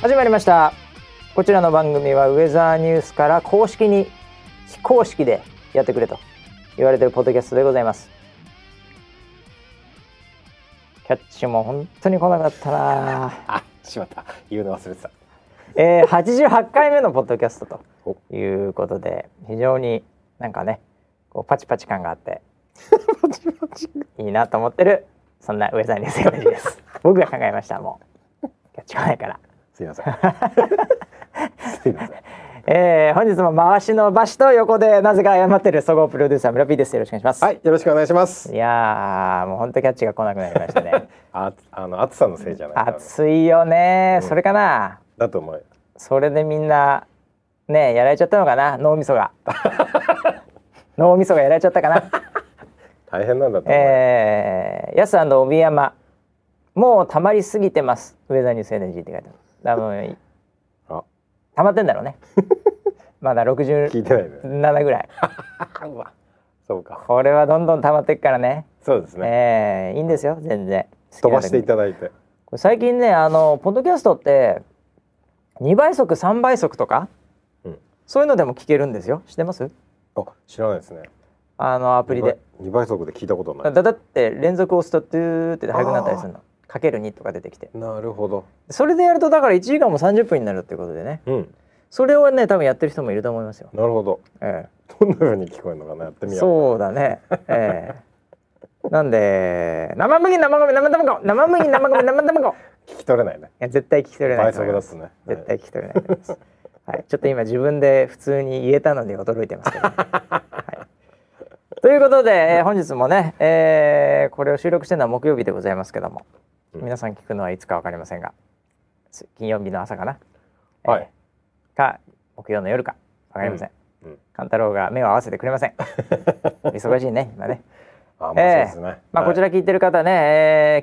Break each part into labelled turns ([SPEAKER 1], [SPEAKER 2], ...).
[SPEAKER 1] 始まりましたこちらの番組はウェザーニュースから公式に非公式でやってくれと言われてるポッドキャストでございますキャッチも本当に来なかったなぁ
[SPEAKER 2] あ、しまった。言うの忘れてた。
[SPEAKER 1] えー、88回目のポッドキャスト
[SPEAKER 2] お
[SPEAKER 1] ということで非常になんかねこうパチパチ感があっていいなと思ってるそんな上さんにセオリーです僕が考えましたもうキャッチ来ないから、
[SPEAKER 2] すいません。 すいません。
[SPEAKER 1] えー、本日も回しの場所と横でなぜか謝ってる総合プロデューサー村 P ですよろしくお願いします、
[SPEAKER 2] はい、よろしくお願いします。
[SPEAKER 1] いやーもう本当キャッチが来なくなりました ね
[SPEAKER 2] あ、あの暑さのせいじゃない。
[SPEAKER 1] 暑いよねそれかな
[SPEAKER 2] だと思う。
[SPEAKER 1] それでみんなねやられちゃったのかな脳みそが脳みそがやられちゃったかな
[SPEAKER 2] 大変なんだと思う。
[SPEAKER 1] えー、ヤス帯山もう溜まりすぎてますウェザーニュース NG って書いてある多分
[SPEAKER 2] あ、
[SPEAKER 1] 溜まってんだろうねまだ
[SPEAKER 2] 聞
[SPEAKER 1] 67
[SPEAKER 2] いてないね。
[SPEAKER 1] ぐらい
[SPEAKER 2] うわそうか。
[SPEAKER 1] これはどんどん溜まってくからね
[SPEAKER 2] そうです
[SPEAKER 1] え
[SPEAKER 2] ね。
[SPEAKER 1] ー、いいんですよ全然
[SPEAKER 2] 飛ばしていた
[SPEAKER 1] だ
[SPEAKER 2] だいて。
[SPEAKER 1] 最近ねあのポッドキャストって2倍速3倍速とか、
[SPEAKER 2] うん
[SPEAKER 1] そういうのでも聞けるんですよ知ってます
[SPEAKER 2] あ、知らないですね。
[SPEAKER 1] あのアプリで
[SPEAKER 2] 二倍。二倍速で聞いたことな
[SPEAKER 1] だ
[SPEAKER 2] い。
[SPEAKER 1] だって連続押すとトゥーって速くなったりするのかける2とか出てきて
[SPEAKER 2] なるほど。
[SPEAKER 1] それでやるとだから1時間も30分になるってことでね
[SPEAKER 2] うん。
[SPEAKER 1] それをね多分やってる人もいると思いますよ、
[SPEAKER 2] なるほど。
[SPEAKER 1] え
[SPEAKER 2] どんな風に聞こえるのかな、やって
[SPEAKER 1] え、
[SPEAKER 2] みよう。
[SPEAKER 1] そうだねえ えなんで生麦生米生卵生麦生米生 卵い
[SPEAKER 2] 聞き取れないね。
[SPEAKER 1] や絶対聞き取れない
[SPEAKER 2] 倍
[SPEAKER 1] と思い
[SPEAKER 2] 速だ
[SPEAKER 1] ま
[SPEAKER 2] っ
[SPEAKER 1] す
[SPEAKER 2] すね。
[SPEAKER 1] 絶対聞き取れないと思います、はい、ちょっと今自分で普通に言えたので驚いてますけど、ねはい、ということで、えー本日もね、えーこれを収録してるのは木曜日でございますけども、
[SPEAKER 2] うん
[SPEAKER 1] 皆さん聞くのはいつかわかりませんがす金曜日の朝かな
[SPEAKER 2] はい。はい。
[SPEAKER 1] か木曜の夜かわかりません、
[SPEAKER 2] うんうん
[SPEAKER 1] 勘太郎が目を合わせてくれ ません忙しいね今ね
[SPEAKER 2] あ、まあ、そうですね。
[SPEAKER 1] まあ
[SPEAKER 2] は
[SPEAKER 1] こ
[SPEAKER 2] い
[SPEAKER 1] ちら。聞いてる方ね、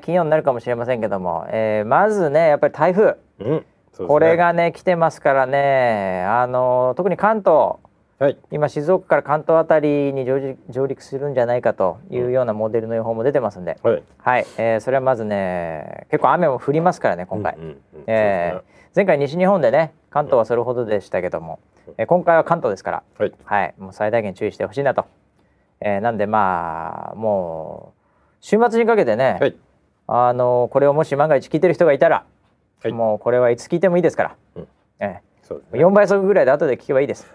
[SPEAKER 1] えー金曜になるかもしれませんけども、えーまずねやっぱり台風、
[SPEAKER 2] うん。そうですね
[SPEAKER 1] これ。がね来てますからねあの特に関東
[SPEAKER 2] はい。
[SPEAKER 1] 今静岡から関東あたりに上陸上陸するんじゃないかというようなモデルの予報も出てますんで、
[SPEAKER 2] はい。
[SPEAKER 1] はい、えーそれはまずね結構雨も降りますからね今回、
[SPEAKER 2] うんうんうんそうです
[SPEAKER 1] えー
[SPEAKER 2] ね。
[SPEAKER 1] 前回西日本でね関東はそれほどでしたけども、えー今回は関東ですから、
[SPEAKER 2] はい。
[SPEAKER 1] はい、もう最大限注意してほしいなと、えーなんでまあもう週末にかけてね、
[SPEAKER 2] はい。
[SPEAKER 1] あのこれをもし万が一聞いてる人がいたら、
[SPEAKER 2] はい
[SPEAKER 1] もうこれはいつ聞いてもいいですから、
[SPEAKER 2] うん
[SPEAKER 1] え
[SPEAKER 2] そうです
[SPEAKER 1] え
[SPEAKER 2] ね。
[SPEAKER 1] 4倍速ぐらいで後で聞けばいいです。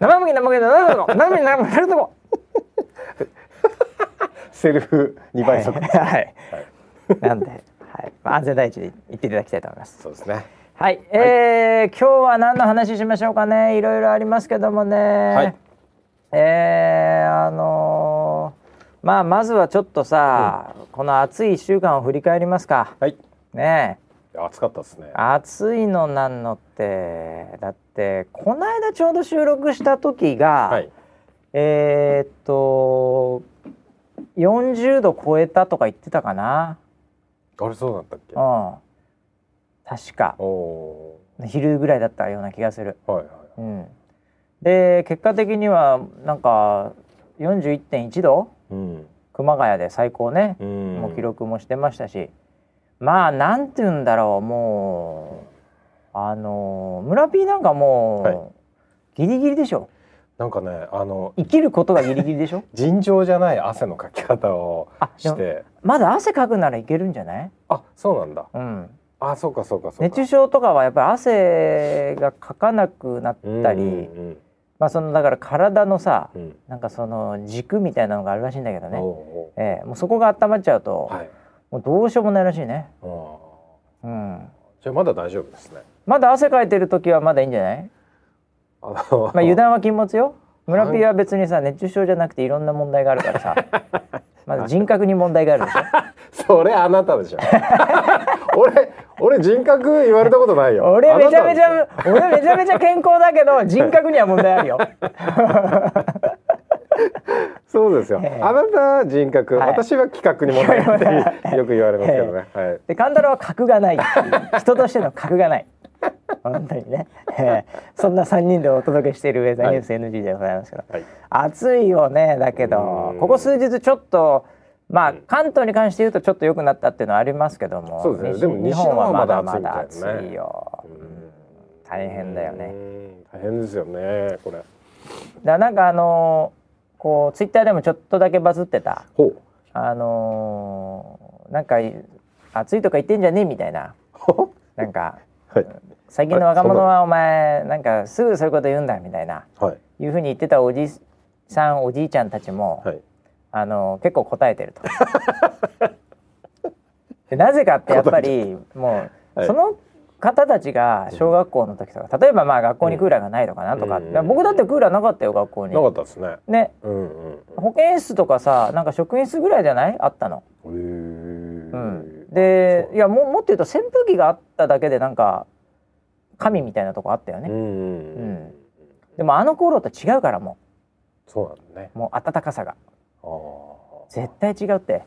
[SPEAKER 1] 生麦生麦生麦生麦生麦生麦
[SPEAKER 2] セルフ二倍速。
[SPEAKER 1] はいはい、なんで、はい、まあ安全第一で行っていただきたいと思います。
[SPEAKER 2] そうですね。
[SPEAKER 1] はい、えー今日は何の話しましょうかね。いろいろありますけどもね。
[SPEAKER 2] はい。
[SPEAKER 1] えーあのーまあまずはちょっとさ、この暑い一週間を振り返りますか。
[SPEAKER 2] はい。
[SPEAKER 1] ねえ、
[SPEAKER 2] 暑かったですね。
[SPEAKER 1] 暑いのなんのって、だってこの間ちょうど収録した時が、
[SPEAKER 2] はい。
[SPEAKER 1] えーっと40度超えたとか言ってたかな。
[SPEAKER 2] あれそうだったっけ
[SPEAKER 1] う。ん。確か
[SPEAKER 2] おお
[SPEAKER 1] 昼ぐらいだったような気がする。
[SPEAKER 2] ー。はいはい。
[SPEAKER 1] うん。で結果的にはなんか41.1度
[SPEAKER 2] うん。
[SPEAKER 1] 熊谷で最高ね
[SPEAKER 2] う、ん。
[SPEAKER 1] もう記録もしてましたしまあなんて言うんだろうもうあのー村 P なんかもう、ギリギリでしょ
[SPEAKER 2] なんかね、あの
[SPEAKER 1] 生きることがギリギリでしょ
[SPEAKER 2] 尋常じゃない汗のかき方を
[SPEAKER 1] あで
[SPEAKER 2] し
[SPEAKER 1] も
[SPEAKER 2] て。
[SPEAKER 1] まだ汗かくならいけるんじゃない、
[SPEAKER 2] あ、そうなんだ。
[SPEAKER 1] うん、
[SPEAKER 2] あ、そうかそうかそうか。
[SPEAKER 1] 熱中症とかはやっぱり汗がかかなくなったり、
[SPEAKER 2] うん
[SPEAKER 1] まあそのだから体のさ
[SPEAKER 2] うんうん。
[SPEAKER 1] なんかその軸みたいなのがあるらしいんだけど
[SPEAKER 2] うん。お
[SPEAKER 1] ね、
[SPEAKER 2] お
[SPEAKER 1] ええ、もうそこが温まっちゃうと、
[SPEAKER 2] ー。はい。
[SPEAKER 1] もうどうしようもないらしいね、
[SPEAKER 2] あー
[SPEAKER 1] うん、
[SPEAKER 2] じゃあまだ大丈夫ですね。
[SPEAKER 1] まだ汗かいてる時はまだいいんじゃない
[SPEAKER 2] あの。
[SPEAKER 1] まあ油断は禁物よ村ピーは別にさ熱中症じゃなくていろんな問題がある からさまだ人格に問題があるでし
[SPEAKER 2] それあなたでしょ。 俺、俺人格言われたことないよ。
[SPEAKER 1] ょ俺めちゃめち
[SPEAKER 2] あな
[SPEAKER 1] ゃ俺めちゃめちゃ健康だけど人格には問題あるよ
[SPEAKER 2] たですよ。そうですよ。
[SPEAKER 1] ええ
[SPEAKER 2] あなたは人格、
[SPEAKER 1] はい
[SPEAKER 2] 私は企画にもないって よく言われますけどね。はい。
[SPEAKER 1] で勘太郎は格がないっていう人としての格がない本当にね、ええそんな3人でお届けしているウェザーニュース NG でございますけど、
[SPEAKER 2] はい。
[SPEAKER 1] 暑いよねだけど
[SPEAKER 2] うん
[SPEAKER 1] ここ数日ちょっとまあ
[SPEAKER 2] うん
[SPEAKER 1] 関東に関して言うとちょっと良くなったっていうのはありますけども
[SPEAKER 2] そうですねでも西の方はまだ暑い
[SPEAKER 1] まだま
[SPEAKER 2] みたいなね
[SPEAKER 1] だ暑いよ、
[SPEAKER 2] うん
[SPEAKER 1] 大変だよね。
[SPEAKER 2] ね大変ですよねこ
[SPEAKER 1] だ
[SPEAKER 2] れ
[SPEAKER 1] からなんかあのーこうツイッターでもちょっとだけバズってた
[SPEAKER 2] ほう
[SPEAKER 1] あのーなんか暑いとか言ってんじゃねえみたいな
[SPEAKER 2] ほ
[SPEAKER 1] なんか
[SPEAKER 2] はい
[SPEAKER 1] 最近の若者はお前なんかすぐそういうこと言うんだみたいな
[SPEAKER 2] はい
[SPEAKER 1] いうふうに言ってたおじさんおじいちゃんたちも、
[SPEAKER 2] はい
[SPEAKER 1] あの結構答えてると。 でなぜかってやっぱりもう、
[SPEAKER 2] はい
[SPEAKER 1] その方たちが小学校の時とか例えばまあ学校にクーラーがないとかなんとか、
[SPEAKER 2] うん
[SPEAKER 1] だから僕だってクーラーなかったよ学校に
[SPEAKER 2] な。かったですね
[SPEAKER 1] ね
[SPEAKER 2] うんうん
[SPEAKER 1] 保健室とかさなんか職員室ぐらいじゃないあったの。
[SPEAKER 2] へー
[SPEAKER 1] うん、で
[SPEAKER 2] そう
[SPEAKER 1] いやもうもっと言うと扇風機があっただけでなんか神みたいなとこあったよ
[SPEAKER 2] う
[SPEAKER 1] ね。
[SPEAKER 2] んうん
[SPEAKER 1] うんでもあの頃と違うからも
[SPEAKER 2] そうなんだね
[SPEAKER 1] うもう暖かさが。
[SPEAKER 2] ああ
[SPEAKER 1] 絶対違うって。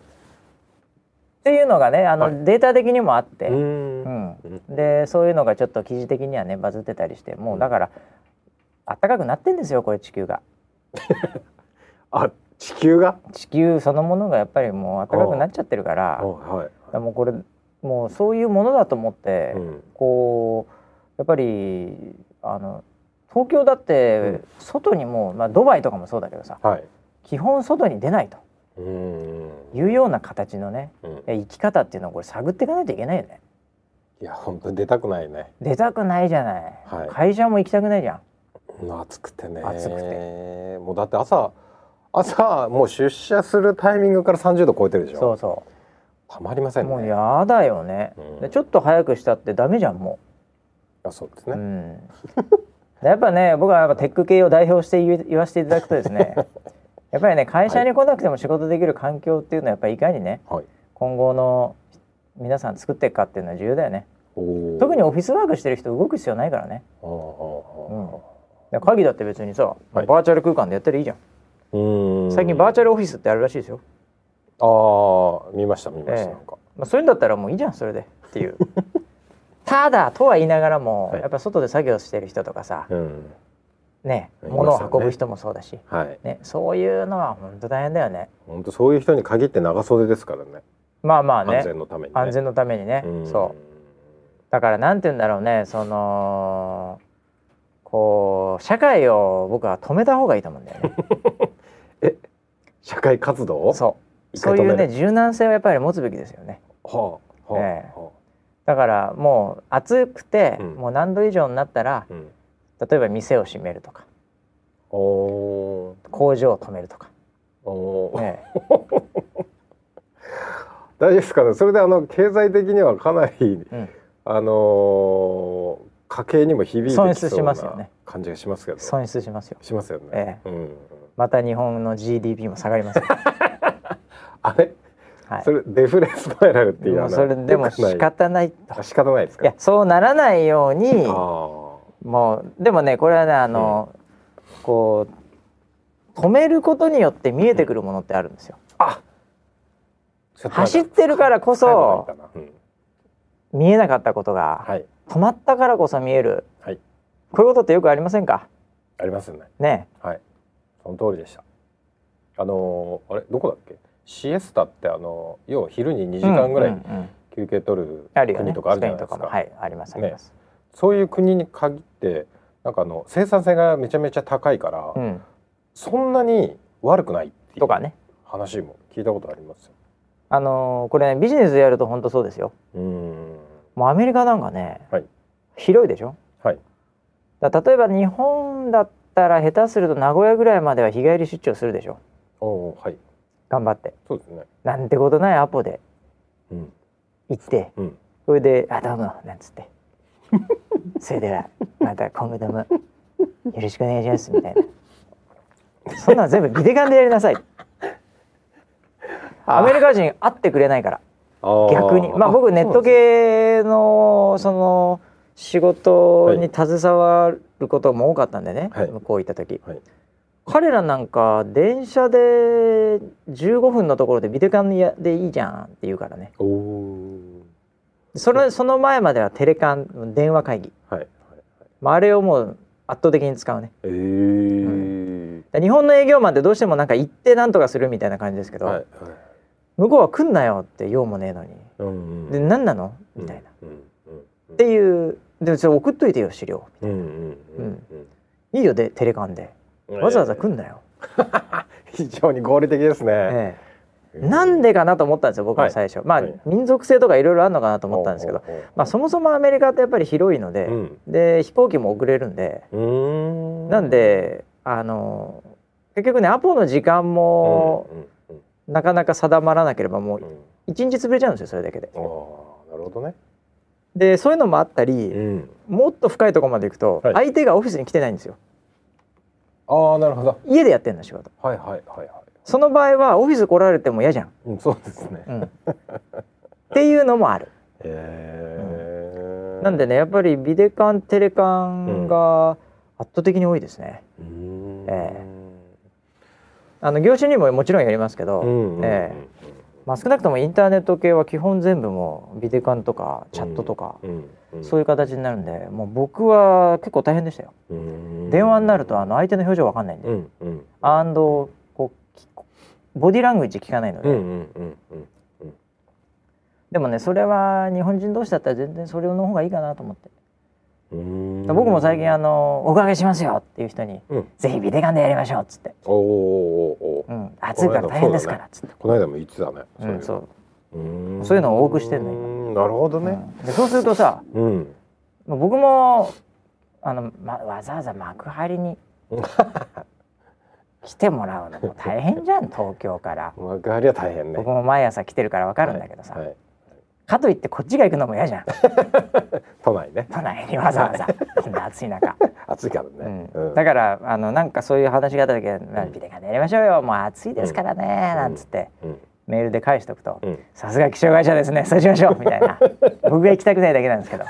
[SPEAKER 1] っていうのがねあの、
[SPEAKER 2] は
[SPEAKER 1] データ的にもあって、
[SPEAKER 2] う
[SPEAKER 1] うん
[SPEAKER 2] うん
[SPEAKER 1] でそういうのがちょっと記事的にはねバズってたりしてもうだから、あったかくなってんですよこれ地球が
[SPEAKER 2] あ地球が
[SPEAKER 1] 地球そのものがやっぱりもうあったかくなっちゃってるから
[SPEAKER 2] あはい
[SPEAKER 1] だからもうこれもうそういうものだと思って、
[SPEAKER 2] うん
[SPEAKER 1] こうやっぱりあの東京だって
[SPEAKER 2] ん
[SPEAKER 1] 外にもう、まあ、ドバイとかもそうだけどさ
[SPEAKER 2] はい
[SPEAKER 1] 基本外に出ないと
[SPEAKER 2] うん
[SPEAKER 1] いうような形のね
[SPEAKER 2] うん
[SPEAKER 1] 生き方っていうのをこれ探っていかないといけないよね。
[SPEAKER 2] いや本当に出たくないね
[SPEAKER 1] 出たくないじゃない、
[SPEAKER 2] はい
[SPEAKER 1] 会社も行きたくないじゃん
[SPEAKER 2] 暑くてね
[SPEAKER 1] 暑く
[SPEAKER 2] もうだって朝朝もう出社するタイミングから30度超えてるでしょ
[SPEAKER 1] そうそ
[SPEAKER 2] たまりませ
[SPEAKER 1] うん
[SPEAKER 2] ね
[SPEAKER 1] もうやだよね、
[SPEAKER 2] うん
[SPEAKER 1] でちょっと早くしたってダメじゃんも
[SPEAKER 2] あそうです
[SPEAKER 1] う、う
[SPEAKER 2] ね、
[SPEAKER 1] ん、やっぱね僕はやっぱテック系を代表して言い言わせていただくとです ねやっぱりね会社に来なくても仕事できる環境っていうのはやっぱりいかにね
[SPEAKER 2] はい
[SPEAKER 1] 今後の皆さん作っていくかっていうのは重要だよね
[SPEAKER 2] おー
[SPEAKER 1] 特にオフィスワークしてる人動く必要ないからね
[SPEAKER 2] あー
[SPEAKER 1] だから会議だって別にさ、
[SPEAKER 2] はい
[SPEAKER 1] バーチャル空間でやったらいいじゃん
[SPEAKER 2] あーうん
[SPEAKER 1] 最近バー
[SPEAKER 2] チ
[SPEAKER 1] チャルオフィスってあるらしいですよ、
[SPEAKER 2] ああ見ました見ました、
[SPEAKER 1] ええ
[SPEAKER 2] なんか
[SPEAKER 1] まあ、そういうんだったらもういいじゃんそれでって いうただとは言いながらも、
[SPEAKER 2] はい
[SPEAKER 1] やっぱ外で作業してる人とかさ、
[SPEAKER 2] うん
[SPEAKER 1] ね
[SPEAKER 2] いますよね
[SPEAKER 1] 物を運ぶ人もそうだし、
[SPEAKER 2] はい
[SPEAKER 1] ね、そういうのは本当大変だよね
[SPEAKER 2] 本当そういう人に限って長袖ですからね
[SPEAKER 1] まあまあね
[SPEAKER 2] 安
[SPEAKER 1] 安全
[SPEAKER 2] 全のために、ね、
[SPEAKER 1] のためにね、
[SPEAKER 2] うん
[SPEAKER 1] そうだからなんて言うんだろうねそのこう社会を僕は止めた方がいいと思うんだよね
[SPEAKER 2] 社会活動を
[SPEAKER 1] そう
[SPEAKER 2] 一
[SPEAKER 1] そ
[SPEAKER 2] 回
[SPEAKER 1] う
[SPEAKER 2] 止
[SPEAKER 1] い
[SPEAKER 2] め
[SPEAKER 1] うね
[SPEAKER 2] る
[SPEAKER 1] 柔軟性をやっぱり持つべきですよね
[SPEAKER 2] はあはあ、
[SPEAKER 1] ええ
[SPEAKER 2] は
[SPEAKER 1] だからもう暑くて、
[SPEAKER 2] うん
[SPEAKER 1] もう何度以上になったら
[SPEAKER 2] あうん
[SPEAKER 1] 例えば店を閉めるとか
[SPEAKER 2] おお
[SPEAKER 1] 工場を止めるとか、
[SPEAKER 2] ーおー、
[SPEAKER 1] ね、
[SPEAKER 2] 大丈夫ですかねそれであの経済的にはかなり
[SPEAKER 1] うん
[SPEAKER 2] あのー家計にも響いて
[SPEAKER 1] 損
[SPEAKER 2] き
[SPEAKER 1] 失
[SPEAKER 2] そ
[SPEAKER 1] し
[SPEAKER 2] う
[SPEAKER 1] ますよ
[SPEAKER 2] な
[SPEAKER 1] ね
[SPEAKER 2] 感じがしますけど
[SPEAKER 1] 損失しますよ
[SPEAKER 2] しますよね、
[SPEAKER 1] え
[SPEAKER 2] うん、
[SPEAKER 1] また日本の GDP も下がり ますよ
[SPEAKER 2] あれ、
[SPEAKER 1] はい
[SPEAKER 2] それデフレスパイラルっていう
[SPEAKER 1] も
[SPEAKER 2] の
[SPEAKER 1] うそれでも仕方ないと
[SPEAKER 2] あ仕方ないです
[SPEAKER 1] い
[SPEAKER 2] か
[SPEAKER 1] やそうならないように
[SPEAKER 2] あー
[SPEAKER 1] もうでもねこれはねあの、こう止めることによって見えてくるものってあるんですよ
[SPEAKER 2] あちょっとなんか
[SPEAKER 1] 走ってるからこそ
[SPEAKER 2] 最後のなんかなうん
[SPEAKER 1] 見えなかったことが
[SPEAKER 2] はい
[SPEAKER 1] 止まったからこそ見える、
[SPEAKER 2] はい
[SPEAKER 1] こういうことってよくありませんか
[SPEAKER 2] ありますよね
[SPEAKER 1] ね
[SPEAKER 2] はいその通りでしたあのーあれどこだっけシエスタってあのー要は昼に2時間ぐら
[SPEAKER 1] うん
[SPEAKER 2] い
[SPEAKER 1] うんうん
[SPEAKER 2] 休憩取る
[SPEAKER 1] あるよね
[SPEAKER 2] 国とかあるじゃないです
[SPEAKER 1] スペインとかも
[SPEAKER 2] か
[SPEAKER 1] はいありますあります、
[SPEAKER 2] そういう国に限ってなんかあの生産性がめちゃめちゃ高いから、
[SPEAKER 1] うん、
[SPEAKER 2] そんなに悪くないってい
[SPEAKER 1] と
[SPEAKER 2] う
[SPEAKER 1] かね
[SPEAKER 2] 話も聞いたことありますよ。
[SPEAKER 1] あのこれねビジネスでやると本当そうですよ
[SPEAKER 2] うーん
[SPEAKER 1] もうアメリカなんかね、
[SPEAKER 2] はい
[SPEAKER 1] 広いでしょ
[SPEAKER 2] はい
[SPEAKER 1] だ例えば日本だったら下手すると名古屋ぐらいまでは日帰り出張するでしょ
[SPEAKER 2] おおはい
[SPEAKER 1] 頑張って
[SPEAKER 2] そうですね。
[SPEAKER 1] なんてことないアポで
[SPEAKER 2] うん
[SPEAKER 1] 行って
[SPEAKER 2] うん
[SPEAKER 1] それで「あどうも」なんつっ て「それではまた今後ともよろしくお願いします」みたいなそんなの全部ビデカンでやりなさいアメリカ人会ってくれないから逆にまあ僕ネット系のその仕事に携わることも多かったんでね、
[SPEAKER 2] はい
[SPEAKER 1] 向こう行った時、
[SPEAKER 2] はい
[SPEAKER 1] 彼らなんか電車で15分のところでビデカンやでいいじゃんって言うからね
[SPEAKER 2] おお
[SPEAKER 1] それその前まではテレカン電話会議、
[SPEAKER 2] はいはい
[SPEAKER 1] まあ、あれをもう圧倒的に使うね
[SPEAKER 2] ええ
[SPEAKER 1] だ日本の営業マンってどうしてもなんか行ってなんとかするみたいな感じですけど、
[SPEAKER 2] はいはい
[SPEAKER 1] 向こうは来んなよって用もねえのに
[SPEAKER 2] うんうん
[SPEAKER 1] で何なのみたいな、
[SPEAKER 2] うんうんうん
[SPEAKER 1] っていうでそれ送っといてよ資料
[SPEAKER 2] うんうんうん
[SPEAKER 1] いいよでテレカンで
[SPEAKER 2] うん
[SPEAKER 1] わざわざ来
[SPEAKER 2] え
[SPEAKER 1] んなよ、
[SPEAKER 2] え非常に合理的ですね。
[SPEAKER 1] ええなんでかなと思ったんですよ僕も最初、まあ、
[SPEAKER 2] はい
[SPEAKER 1] 民族性とかいろいろあるのかなと思ったんですけど、
[SPEAKER 2] ほうほうほう
[SPEAKER 1] まあ、そもそもアメリカってやっぱり広いので、で飛行機も遅れるんで、
[SPEAKER 2] うん。うーん
[SPEAKER 1] なんであの結局ねアポの時間も
[SPEAKER 2] うんうん
[SPEAKER 1] なかなか定まらなければも
[SPEAKER 2] うんう
[SPEAKER 1] うん一日潰れちゃうんですよそれだけで。
[SPEAKER 2] ああなるほどね。
[SPEAKER 1] でそういうのもあった
[SPEAKER 2] う
[SPEAKER 1] り
[SPEAKER 2] ん。
[SPEAKER 1] もっと深いところまで行くと、
[SPEAKER 2] はい
[SPEAKER 1] 相手がオフィスに来てないんですよ
[SPEAKER 2] ああなるほど。
[SPEAKER 1] 家でやってんの仕事
[SPEAKER 2] はいはいはいは
[SPEAKER 1] その場合はオフィス来られても嫌じゃん、
[SPEAKER 2] い。うんそうですね。
[SPEAKER 1] うんっていうのもある
[SPEAKER 2] ええ。
[SPEAKER 1] なんでねやっぱりビデカンテレカンが圧倒的に多いですね、
[SPEAKER 2] うーん。
[SPEAKER 1] えあの業種にももちろんやりますけど、
[SPEAKER 2] うんうんうん
[SPEAKER 1] えまあ、少なくともインターネット系は基本全部もうビデカンとかチャットとか、
[SPEAKER 2] うんうん
[SPEAKER 1] そういう形になるんでもう僕は結構大変でしたよ、
[SPEAKER 2] うーん
[SPEAKER 1] 電話になるとあの相手の表情わかんないんで、
[SPEAKER 2] うんうん
[SPEAKER 1] アンドこうきボディーラングエッジ聞かないので、
[SPEAKER 2] うんうんうんうん
[SPEAKER 1] でもねそれは日本人同士だったら全然それの方がいいかなと思って、
[SPEAKER 2] うーん
[SPEAKER 1] 僕も最近あの「おかげしますよ」っていう人に
[SPEAKER 2] うん
[SPEAKER 1] 「ぜひビデカンでやりましょう」っつって
[SPEAKER 2] おーお
[SPEAKER 1] 「
[SPEAKER 2] ーおーおー
[SPEAKER 1] うん、暑いから大変ですから」っつって、
[SPEAKER 2] この間も言ってたね
[SPEAKER 1] うん、そう
[SPEAKER 2] うーん
[SPEAKER 1] そういうのを多くしてんの
[SPEAKER 2] のなるほど
[SPEAKER 1] う
[SPEAKER 2] ね
[SPEAKER 1] んでそうするとさ
[SPEAKER 2] うん
[SPEAKER 1] まあ僕もあの、ま、わざわざ幕張に 来てもらうのも大変じゃん東京から
[SPEAKER 2] 分かりゃ大変ね
[SPEAKER 1] 僕も毎朝来てるから分か
[SPEAKER 2] あ
[SPEAKER 1] るんだけどさ、
[SPEAKER 2] はい
[SPEAKER 1] かといってこっちが行くのも嫌じゃん
[SPEAKER 2] 都内ね
[SPEAKER 1] 都内にわざわざこんな暑い中、
[SPEAKER 2] 暑いから
[SPEAKER 1] う
[SPEAKER 2] ね
[SPEAKER 1] んだからあのなんかそういう話があった時は「まあビデカンでやりましょうよもう暑いですからね」なんつって
[SPEAKER 2] うん
[SPEAKER 1] メールで返しとくと
[SPEAKER 2] うん
[SPEAKER 1] 「さすが気象会社ですねそうしましょう」みたいな僕が行きたくないだけなんですけど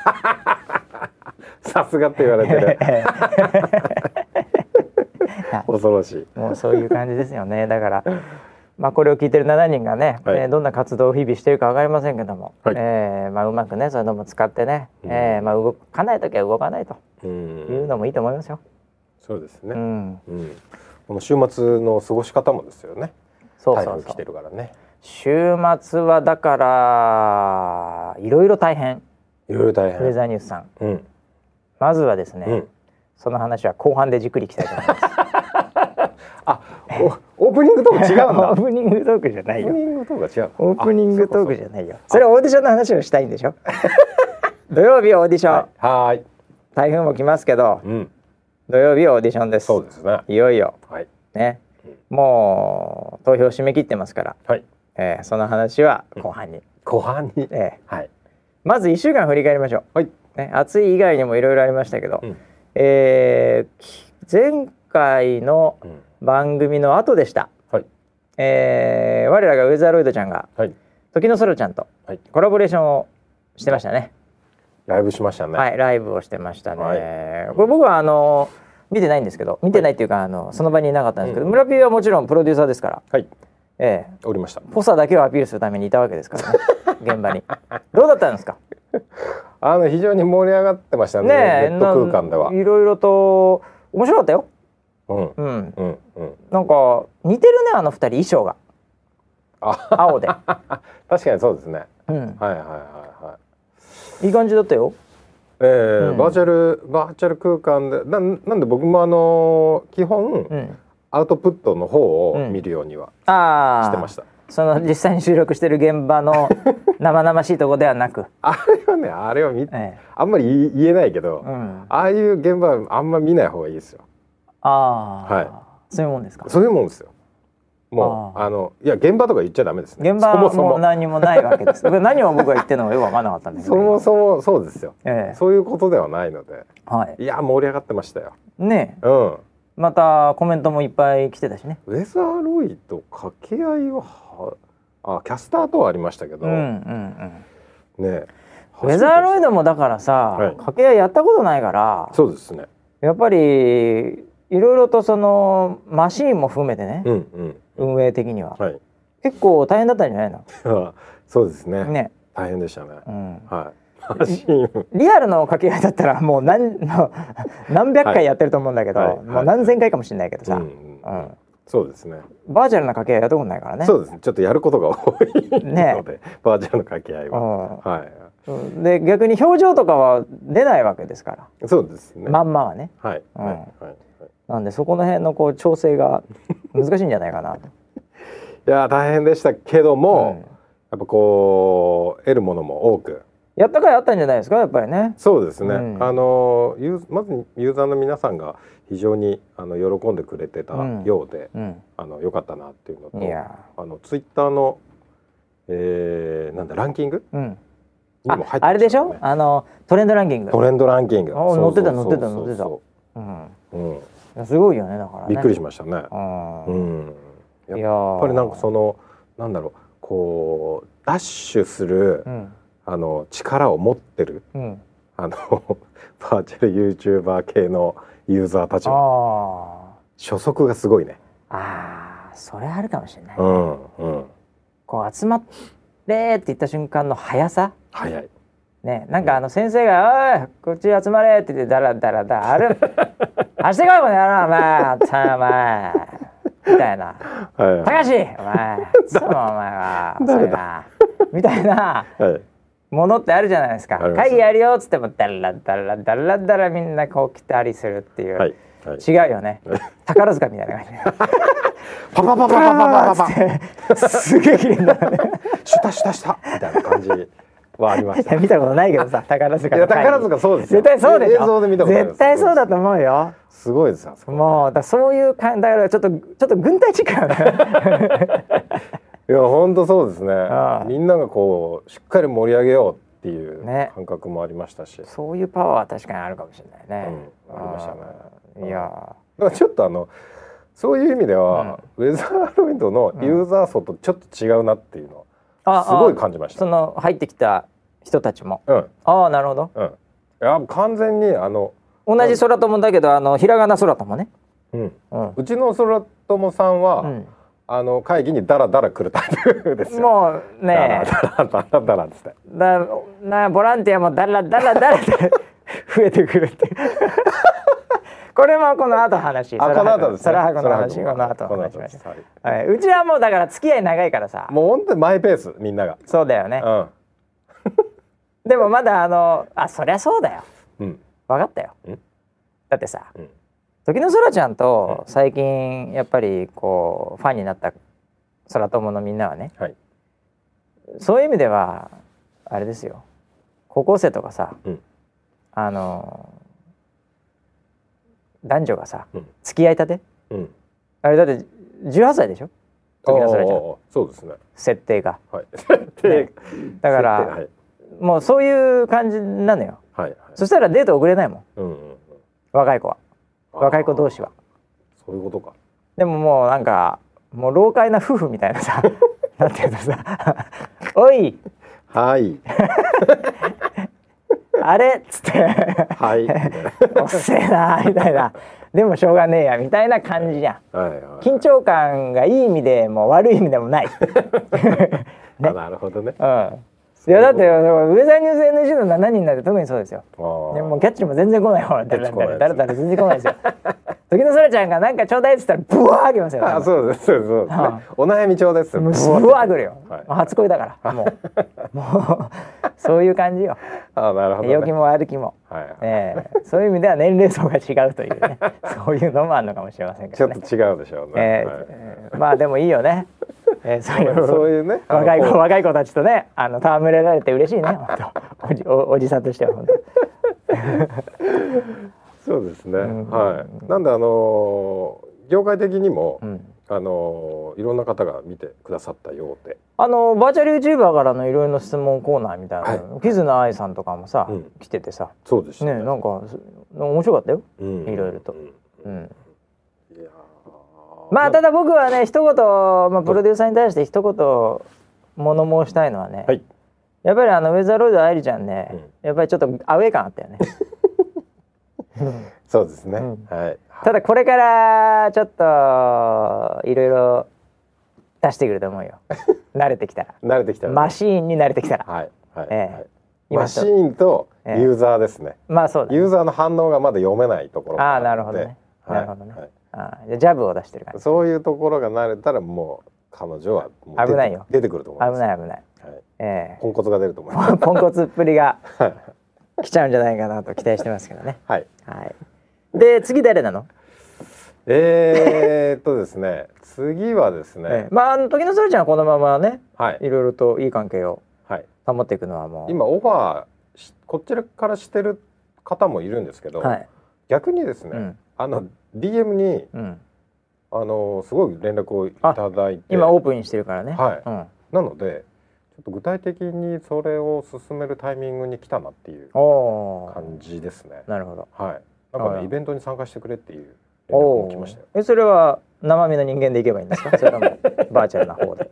[SPEAKER 2] さすがって言わ れてる恐ろしい
[SPEAKER 1] もうそういう感じですよね。だ から、まあこれを聞いてる7人がね、
[SPEAKER 2] はい
[SPEAKER 1] えーどんな活動を日々しているかわかりませんけども、
[SPEAKER 2] はい
[SPEAKER 1] えーまあうまくねそういうのも使ってね、
[SPEAKER 2] うん
[SPEAKER 1] えーまあ動かないときは動かないと
[SPEAKER 2] う
[SPEAKER 1] いうんのもいいと思いますよ。
[SPEAKER 2] そうです
[SPEAKER 1] う
[SPEAKER 2] ね
[SPEAKER 1] ん、
[SPEAKER 2] うんこの週末の過ごし方もですよね
[SPEAKER 1] そう
[SPEAKER 2] 台
[SPEAKER 1] そう
[SPEAKER 2] 風
[SPEAKER 1] そ
[SPEAKER 2] 来て
[SPEAKER 1] う。
[SPEAKER 2] るからね
[SPEAKER 1] 週末はだからいろいろ大変。
[SPEAKER 2] いろいろ大
[SPEAKER 1] ウェ
[SPEAKER 2] 変
[SPEAKER 1] ザーニュースさん。
[SPEAKER 2] うん
[SPEAKER 1] まずはですね、
[SPEAKER 2] うん
[SPEAKER 1] その話は後半でじっくり聞きたいと思います。
[SPEAKER 2] あおオープニングとも 違うん だ
[SPEAKER 1] オ
[SPEAKER 2] オー
[SPEAKER 1] ープニングトークじゃない
[SPEAKER 2] プ
[SPEAKER 1] よ。
[SPEAKER 2] ニングとも違う
[SPEAKER 1] オープニングトーク
[SPEAKER 2] じ
[SPEAKER 1] じゃないよ。それはオーディションの話をしたいんで しょ。土曜日オーディション。
[SPEAKER 2] ゃはーい
[SPEAKER 1] 台風も来ますけど
[SPEAKER 2] うん
[SPEAKER 1] 土曜日オーディションです
[SPEAKER 2] そうですね
[SPEAKER 1] いよいよ
[SPEAKER 2] はい
[SPEAKER 1] ねもう投票締め切ってますから、
[SPEAKER 2] はい
[SPEAKER 1] えーその話は後半に、
[SPEAKER 2] 後半に
[SPEAKER 1] えー
[SPEAKER 2] はい
[SPEAKER 1] まず1週間振り返りましょ
[SPEAKER 2] はい。
[SPEAKER 1] う、ね、暑い以外にもいろいろありましたけど、
[SPEAKER 2] うん
[SPEAKER 1] えーき前回の
[SPEAKER 2] うん。
[SPEAKER 1] 番組の後でした、
[SPEAKER 2] はい。
[SPEAKER 1] えー我らがウェザーロイドちゃんが
[SPEAKER 2] はい。
[SPEAKER 1] 時のソロちゃんと
[SPEAKER 2] はい。
[SPEAKER 1] コラボレーションをしてましたね
[SPEAKER 2] ライブしましたね。
[SPEAKER 1] はい、ライブをしてましたね。
[SPEAKER 2] はい
[SPEAKER 1] これ僕はあの見てないんですけど、見てないっていうか、あのその場にいなかったんですけど、
[SPEAKER 2] うん
[SPEAKER 1] 村ピーはもちろんプロデューサーですから、
[SPEAKER 2] はい。
[SPEAKER 1] ええ、
[SPEAKER 2] おりました。
[SPEAKER 1] ポサだけをアピールするためにいたわけです から、ね、現場に。どうだったんですか。
[SPEAKER 2] あの非常に盛り上がってましたね。
[SPEAKER 1] ねえ、
[SPEAKER 2] ネット空間では。
[SPEAKER 1] いろいろと面白かったよ。
[SPEAKER 2] うん。
[SPEAKER 1] うん、
[SPEAKER 2] うん。うん。
[SPEAKER 1] なんか似てるねあの二人衣装が
[SPEAKER 2] あ、
[SPEAKER 1] 青で。
[SPEAKER 2] 確かにそうですね。
[SPEAKER 1] うん、
[SPEAKER 2] はいはいはいはい。
[SPEAKER 1] いい感じだったよ。
[SPEAKER 2] えー
[SPEAKER 1] うん
[SPEAKER 2] バーチャルバーチャル空間でなんなんで僕もあのー基本、
[SPEAKER 1] うん、
[SPEAKER 2] アウトプットの方
[SPEAKER 1] う
[SPEAKER 2] を
[SPEAKER 1] ん
[SPEAKER 2] 見るようには
[SPEAKER 1] ああ、
[SPEAKER 2] してました、
[SPEAKER 1] その実際に収録してる現場の生々しいとこではなく、
[SPEAKER 2] あれはねあれは見、
[SPEAKER 1] ええ、
[SPEAKER 2] あんまり言い言えないけど、
[SPEAKER 1] うん、あ
[SPEAKER 2] ああいう現場はあんま見ない方がいいですよ
[SPEAKER 1] あー、
[SPEAKER 2] はい
[SPEAKER 1] そういうもんですか。
[SPEAKER 2] そういうもんですよもう
[SPEAKER 1] あ
[SPEAKER 2] あのいや現場とか言っちゃダメですね
[SPEAKER 1] 現場
[SPEAKER 2] そもそ
[SPEAKER 1] も
[SPEAKER 2] も
[SPEAKER 1] 何にもないわけ です。僕何を僕が言ってるのかよく分からなかったんですけ
[SPEAKER 2] そ
[SPEAKER 1] ど。
[SPEAKER 2] もそもそうですよ。
[SPEAKER 1] ええ
[SPEAKER 2] そういうことではないので、
[SPEAKER 1] はい。
[SPEAKER 2] いや盛り上がってましたよ。
[SPEAKER 1] ねえ
[SPEAKER 2] うん。
[SPEAKER 1] またコメントもいっぱい来てたしね。
[SPEAKER 2] ウェザーロイド掛け合いははあキャスターとはありましたけど、
[SPEAKER 1] うんうんうん。
[SPEAKER 2] ね。
[SPEAKER 1] ウェザーロイ
[SPEAKER 2] ド
[SPEAKER 1] ドもだからさ、
[SPEAKER 2] はい
[SPEAKER 1] 掛け合いやったことないから、
[SPEAKER 2] そうですね。
[SPEAKER 1] やっぱりいろいろとそのマシーンも含めてね、
[SPEAKER 2] うんうん。
[SPEAKER 1] 運営的には、
[SPEAKER 2] はい。
[SPEAKER 1] 結構大変だったんじゃないの？
[SPEAKER 2] そうですね
[SPEAKER 1] ね。
[SPEAKER 2] 大変でしたね。
[SPEAKER 1] うん。
[SPEAKER 2] はい。マシ ン
[SPEAKER 1] リアルの掛け合いだったらもう何 何百回やってると思うんだけど、
[SPEAKER 2] はいはい
[SPEAKER 1] もう何千回かもしれないけど
[SPEAKER 2] う
[SPEAKER 1] さ、
[SPEAKER 2] ん
[SPEAKER 1] う
[SPEAKER 2] うん
[SPEAKER 1] ん。
[SPEAKER 2] そうですね
[SPEAKER 1] バーチャルな掛け合いやったことないからね。
[SPEAKER 2] そうですね。ちょっとやることが多いので、
[SPEAKER 1] ね
[SPEAKER 2] バーチャルの掛け合いは、
[SPEAKER 1] うん
[SPEAKER 2] はい。
[SPEAKER 1] うんで逆に表情とかは出ないわけですから、
[SPEAKER 2] そうですね。
[SPEAKER 1] まんまはね
[SPEAKER 2] はい、
[SPEAKER 1] うん
[SPEAKER 2] はいはいはい。
[SPEAKER 1] なんでそこの辺のこう調整 が難しいんじゃないかなと
[SPEAKER 2] いやー大変でしたけども、
[SPEAKER 1] うん
[SPEAKER 2] やっぱこう得るものも多く。
[SPEAKER 1] やったからあったんじゃないですかやっぱりね
[SPEAKER 2] そうですね。
[SPEAKER 1] うん
[SPEAKER 2] あのユーまずユーザーの皆さんが非常にあの喜んでくれてた
[SPEAKER 1] うん
[SPEAKER 2] ようで、
[SPEAKER 1] うん
[SPEAKER 2] あの良かったなっていうのと、
[SPEAKER 1] いや
[SPEAKER 2] あのツイッターの、えー、なんだランキング
[SPEAKER 1] ーうん
[SPEAKER 2] に
[SPEAKER 1] あ
[SPEAKER 2] も入ってました
[SPEAKER 1] あれでし
[SPEAKER 2] よ
[SPEAKER 1] ょ
[SPEAKER 2] ね
[SPEAKER 1] あのトレンドランキング
[SPEAKER 2] トレンドランキング。
[SPEAKER 1] あ
[SPEAKER 2] そうそう
[SPEAKER 1] 載ってた
[SPEAKER 2] そうそう
[SPEAKER 1] 載ってた
[SPEAKER 2] そう
[SPEAKER 1] うん
[SPEAKER 2] うん、
[SPEAKER 1] いやすごいよねだからね
[SPEAKER 2] びっくりしましたね。
[SPEAKER 1] うん
[SPEAKER 2] うん。やっ
[SPEAKER 1] いやや
[SPEAKER 2] やっぱりなんかそのなんだろうこうダッシュする、
[SPEAKER 1] うん
[SPEAKER 2] あの力を持ってる
[SPEAKER 1] うん
[SPEAKER 2] あの バーチャルユーチューバー系のユーザーたちの
[SPEAKER 1] あ
[SPEAKER 2] 初速がすごいね。
[SPEAKER 1] ーあーそれあるかもしれない、
[SPEAKER 2] うんうん
[SPEAKER 1] こう集まれーって言った瞬間の速さ
[SPEAKER 2] 早い。
[SPEAKER 1] ねなんかあの先生が「おいこっち集まれ」って言ってダラダラダラ「あしてこいこの野郎お前あったお前」みたいな
[SPEAKER 2] は
[SPEAKER 1] 「
[SPEAKER 2] いは
[SPEAKER 1] 高橋お前そうお前は遅いな」みたいない
[SPEAKER 2] はい。
[SPEAKER 1] ものってあるじゃないですか
[SPEAKER 2] あります
[SPEAKER 1] 会議やるよっつってもダラダラダラダラみんなこう来たりするっていう、
[SPEAKER 2] はいはい。
[SPEAKER 1] 違うよね宝塚みたいな感じで
[SPEAKER 2] パパパパパパパパ パ。
[SPEAKER 1] パパすげえ綺麗になるね
[SPEAKER 2] シュタシュタシュタみたいな感じはありまし
[SPEAKER 1] い
[SPEAKER 2] た。
[SPEAKER 1] や見たことないけどさ宝塚
[SPEAKER 2] い
[SPEAKER 1] の
[SPEAKER 2] や
[SPEAKER 1] 会議
[SPEAKER 2] 宝塚そうですよ。
[SPEAKER 1] 絶対そうでしょ
[SPEAKER 2] 映像で見たことある
[SPEAKER 1] 絶対そうだと思うよ
[SPEAKER 2] すごいですよ。
[SPEAKER 1] もうだからそういう感だからちょっとちょっと軍隊チックなん だよね
[SPEAKER 2] いや本当そうですね
[SPEAKER 1] ああ。
[SPEAKER 2] みんながこうしっかり盛り上げようっていう
[SPEAKER 1] ね
[SPEAKER 2] 感覚もありましたし、
[SPEAKER 1] そういうパワーは確かにあるかもしれないね、
[SPEAKER 2] うんありましたね
[SPEAKER 1] うんいや
[SPEAKER 2] だからちょっとあのそういう意味では、ウェザーロイドのユーザー層とちょっと違うなっていうの
[SPEAKER 1] あ
[SPEAKER 2] はすごい
[SPEAKER 1] じ
[SPEAKER 2] 感じました。
[SPEAKER 1] その入ってきた人たちも
[SPEAKER 2] うん
[SPEAKER 1] ああなるほど
[SPEAKER 2] うん。いや完全にあの
[SPEAKER 1] 同じ空友だけどあのひらがな空友ね
[SPEAKER 2] うん
[SPEAKER 1] うん、
[SPEAKER 2] うちの空友さんは、
[SPEAKER 1] うん
[SPEAKER 2] あの会議にダラダラ来るタイプですよ。
[SPEAKER 1] もう
[SPEAKER 2] ダ
[SPEAKER 1] ね
[SPEAKER 2] ラダラダラダラっつって。
[SPEAKER 1] だなボランティアもだらだらだらって 増えてくるって いうこれもこの後話
[SPEAKER 2] あこの後ですね。
[SPEAKER 1] そらはこの話
[SPEAKER 2] そ
[SPEAKER 1] こ
[SPEAKER 2] ら
[SPEAKER 1] の
[SPEAKER 2] は
[SPEAKER 1] 後
[SPEAKER 2] この
[SPEAKER 1] 話
[SPEAKER 2] 後
[SPEAKER 1] しま
[SPEAKER 2] で
[SPEAKER 1] しょ、
[SPEAKER 2] す。はいう
[SPEAKER 1] はいうちはもうだから付き合い長いからさ
[SPEAKER 2] もう本当にマイペースみんなが。
[SPEAKER 1] そうだよね
[SPEAKER 2] う
[SPEAKER 1] でもまだあのあそりゃそうだよ
[SPEAKER 2] んうん
[SPEAKER 1] 分かったよ
[SPEAKER 2] ん
[SPEAKER 1] だってさ
[SPEAKER 2] うん
[SPEAKER 1] 時の空ちゃんと最近やっぱりこうファンになった空友のみんなはね
[SPEAKER 2] はい。
[SPEAKER 1] そういう意味ではあれですよ高校生とかさ、
[SPEAKER 2] うん
[SPEAKER 1] あの男女がさ、
[SPEAKER 2] うん
[SPEAKER 1] 付き合いたて
[SPEAKER 2] うん。
[SPEAKER 1] あれだって18歳でしょ時の空ちゃ
[SPEAKER 2] お
[SPEAKER 1] ん
[SPEAKER 2] うおうおうそうですね。
[SPEAKER 1] 設定が
[SPEAKER 2] はい。
[SPEAKER 1] ねだか
[SPEAKER 2] 設定は
[SPEAKER 1] ら
[SPEAKER 2] い
[SPEAKER 1] もうそういう感じなのよ
[SPEAKER 2] はいはい。
[SPEAKER 1] そしたらデート遅れないもん
[SPEAKER 2] うんうんうん。
[SPEAKER 1] 若い子は若い子同
[SPEAKER 2] 士。
[SPEAKER 1] 士は
[SPEAKER 2] そういうことか。
[SPEAKER 1] でももうなんかもう老快な夫婦みたいな さなんていうのさ「おい
[SPEAKER 2] はい
[SPEAKER 1] あれ?」っつって
[SPEAKER 2] はい。
[SPEAKER 1] 「おっせえな」みたいな「でもしょうがねえや」みたいな感じじゃん。
[SPEAKER 2] はいはい。
[SPEAKER 1] 緊張感がいい意味でも悪い意味でも ない。
[SPEAKER 2] あなるほどね。
[SPEAKER 1] うん、いやだってウェザーニュース NG の7人なんて特にそうですよ。
[SPEAKER 2] あー
[SPEAKER 1] でもうキャッチも全然来ないほら誰
[SPEAKER 2] ャッチ来ない
[SPEAKER 1] 々誰々全然来ないですよ。時のそらちゃんがなんかちょうだいって言ったらブワーあげ ますよ。
[SPEAKER 2] あそうですそうですそうですね
[SPEAKER 1] は
[SPEAKER 2] お悩み帳です。
[SPEAKER 1] もうすごいあぐるよ、
[SPEAKER 2] はい
[SPEAKER 1] もう初恋だ からもうもうそういう感じよ
[SPEAKER 2] あなるほどね。
[SPEAKER 1] 良きも悪きも、
[SPEAKER 2] はいはい。
[SPEAKER 1] ええそういう意味では年齢層が違うという ねそういうのもあるのかもしれませんけ
[SPEAKER 2] ちょ
[SPEAKER 1] ど
[SPEAKER 2] っ
[SPEAKER 1] ね
[SPEAKER 2] と違うでしょうね。
[SPEAKER 1] え
[SPEAKER 2] はい
[SPEAKER 1] えまあでもいいよね、ええそうい
[SPEAKER 2] そういうねあの
[SPEAKER 1] 若い
[SPEAKER 2] こ
[SPEAKER 1] 子
[SPEAKER 2] う
[SPEAKER 1] 若い子たちとねあの戯れられて嬉しいね本当おじおおじさんとしては本当
[SPEAKER 2] そうですね。
[SPEAKER 1] ん
[SPEAKER 2] はい。なんであのー業界的にも
[SPEAKER 1] ん
[SPEAKER 2] あのーいろんな方が見てくださったようで。
[SPEAKER 1] あのバーチャル YouTuber からのいろいろな質問コーナーみたいなの、キズナアイさんとかもさ、
[SPEAKER 2] うん
[SPEAKER 1] 来ててさ
[SPEAKER 2] そうです
[SPEAKER 1] ね
[SPEAKER 2] ね。
[SPEAKER 1] なんかす面白かったよ、
[SPEAKER 2] うん
[SPEAKER 1] いろいろと
[SPEAKER 2] うん
[SPEAKER 1] うん、
[SPEAKER 2] いやー
[SPEAKER 1] まあただ僕はね一言、まあ、プロデューサーに対して一言物申したいのはね、
[SPEAKER 2] はい。
[SPEAKER 1] やっぱりあのウェザーロイド愛理ちゃんね、
[SPEAKER 2] うん
[SPEAKER 1] やっぱりちょっとアウェー感あったよね
[SPEAKER 2] そうですね。
[SPEAKER 1] うん
[SPEAKER 2] はい。
[SPEAKER 1] ただこれからちょっといろいろ出してくると思うよ慣れてきたら
[SPEAKER 2] 慣れてきたらね
[SPEAKER 1] マシーンに慣れてきたら
[SPEAKER 2] はいはい、
[SPEAKER 1] ええ
[SPEAKER 2] はい
[SPEAKER 1] 今
[SPEAKER 2] マシーンと
[SPEAKER 1] ええ
[SPEAKER 2] ユーザーですね、
[SPEAKER 1] まあそうだね
[SPEAKER 2] ユーザーの反応がまだ読めないところが
[SPEAKER 1] ああな
[SPEAKER 2] る
[SPEAKER 1] るほ
[SPEAKER 2] の
[SPEAKER 1] ど
[SPEAKER 2] で
[SPEAKER 1] ね、
[SPEAKER 2] はい
[SPEAKER 1] なるほどね、
[SPEAKER 2] はい
[SPEAKER 1] ああじゃあジャブを出してる感じ
[SPEAKER 2] そういうところが慣れたらもう彼女はもう出て
[SPEAKER 1] 危ないよ
[SPEAKER 2] 出てくると思います
[SPEAKER 1] 危ない危ない、
[SPEAKER 2] はい
[SPEAKER 1] えええ
[SPEAKER 2] ポンコツが出ると思 います。
[SPEAKER 1] ポンポンコツっぷりが
[SPEAKER 2] はい
[SPEAKER 1] 来ちゃうんじゃないかなと期待してますけどね。
[SPEAKER 2] はい。
[SPEAKER 1] はい。で次誰なの？
[SPEAKER 2] えー、っとですね、次はですね、
[SPEAKER 1] ええまああの時のそれちゃんはこのままね、
[SPEAKER 2] はい
[SPEAKER 1] いろいろといい関係を
[SPEAKER 2] はい。
[SPEAKER 1] 保っていくのはもう
[SPEAKER 2] 今オファーしこちらからしてる方もいるんですけど、
[SPEAKER 1] はい。
[SPEAKER 2] 逆にですね、
[SPEAKER 1] うん
[SPEAKER 2] あの DM に
[SPEAKER 1] うん。
[SPEAKER 2] あのすごい連絡をいただいて、
[SPEAKER 1] 今オープンにしてるからね。
[SPEAKER 2] はい
[SPEAKER 1] うん。
[SPEAKER 2] なのでちょっと具体的にそれを進めるタイミングに来たなっていう
[SPEAKER 1] おお
[SPEAKER 2] 感じですね
[SPEAKER 1] ー。。なるほど。
[SPEAKER 2] はい。なんか
[SPEAKER 1] あら
[SPEAKER 2] ねイベントに参加してくれっていう連絡
[SPEAKER 1] お
[SPEAKER 2] も来ましたよ。
[SPEAKER 1] ーえそれは生身の人間でいけばいいんです か？それともバーチャルな方で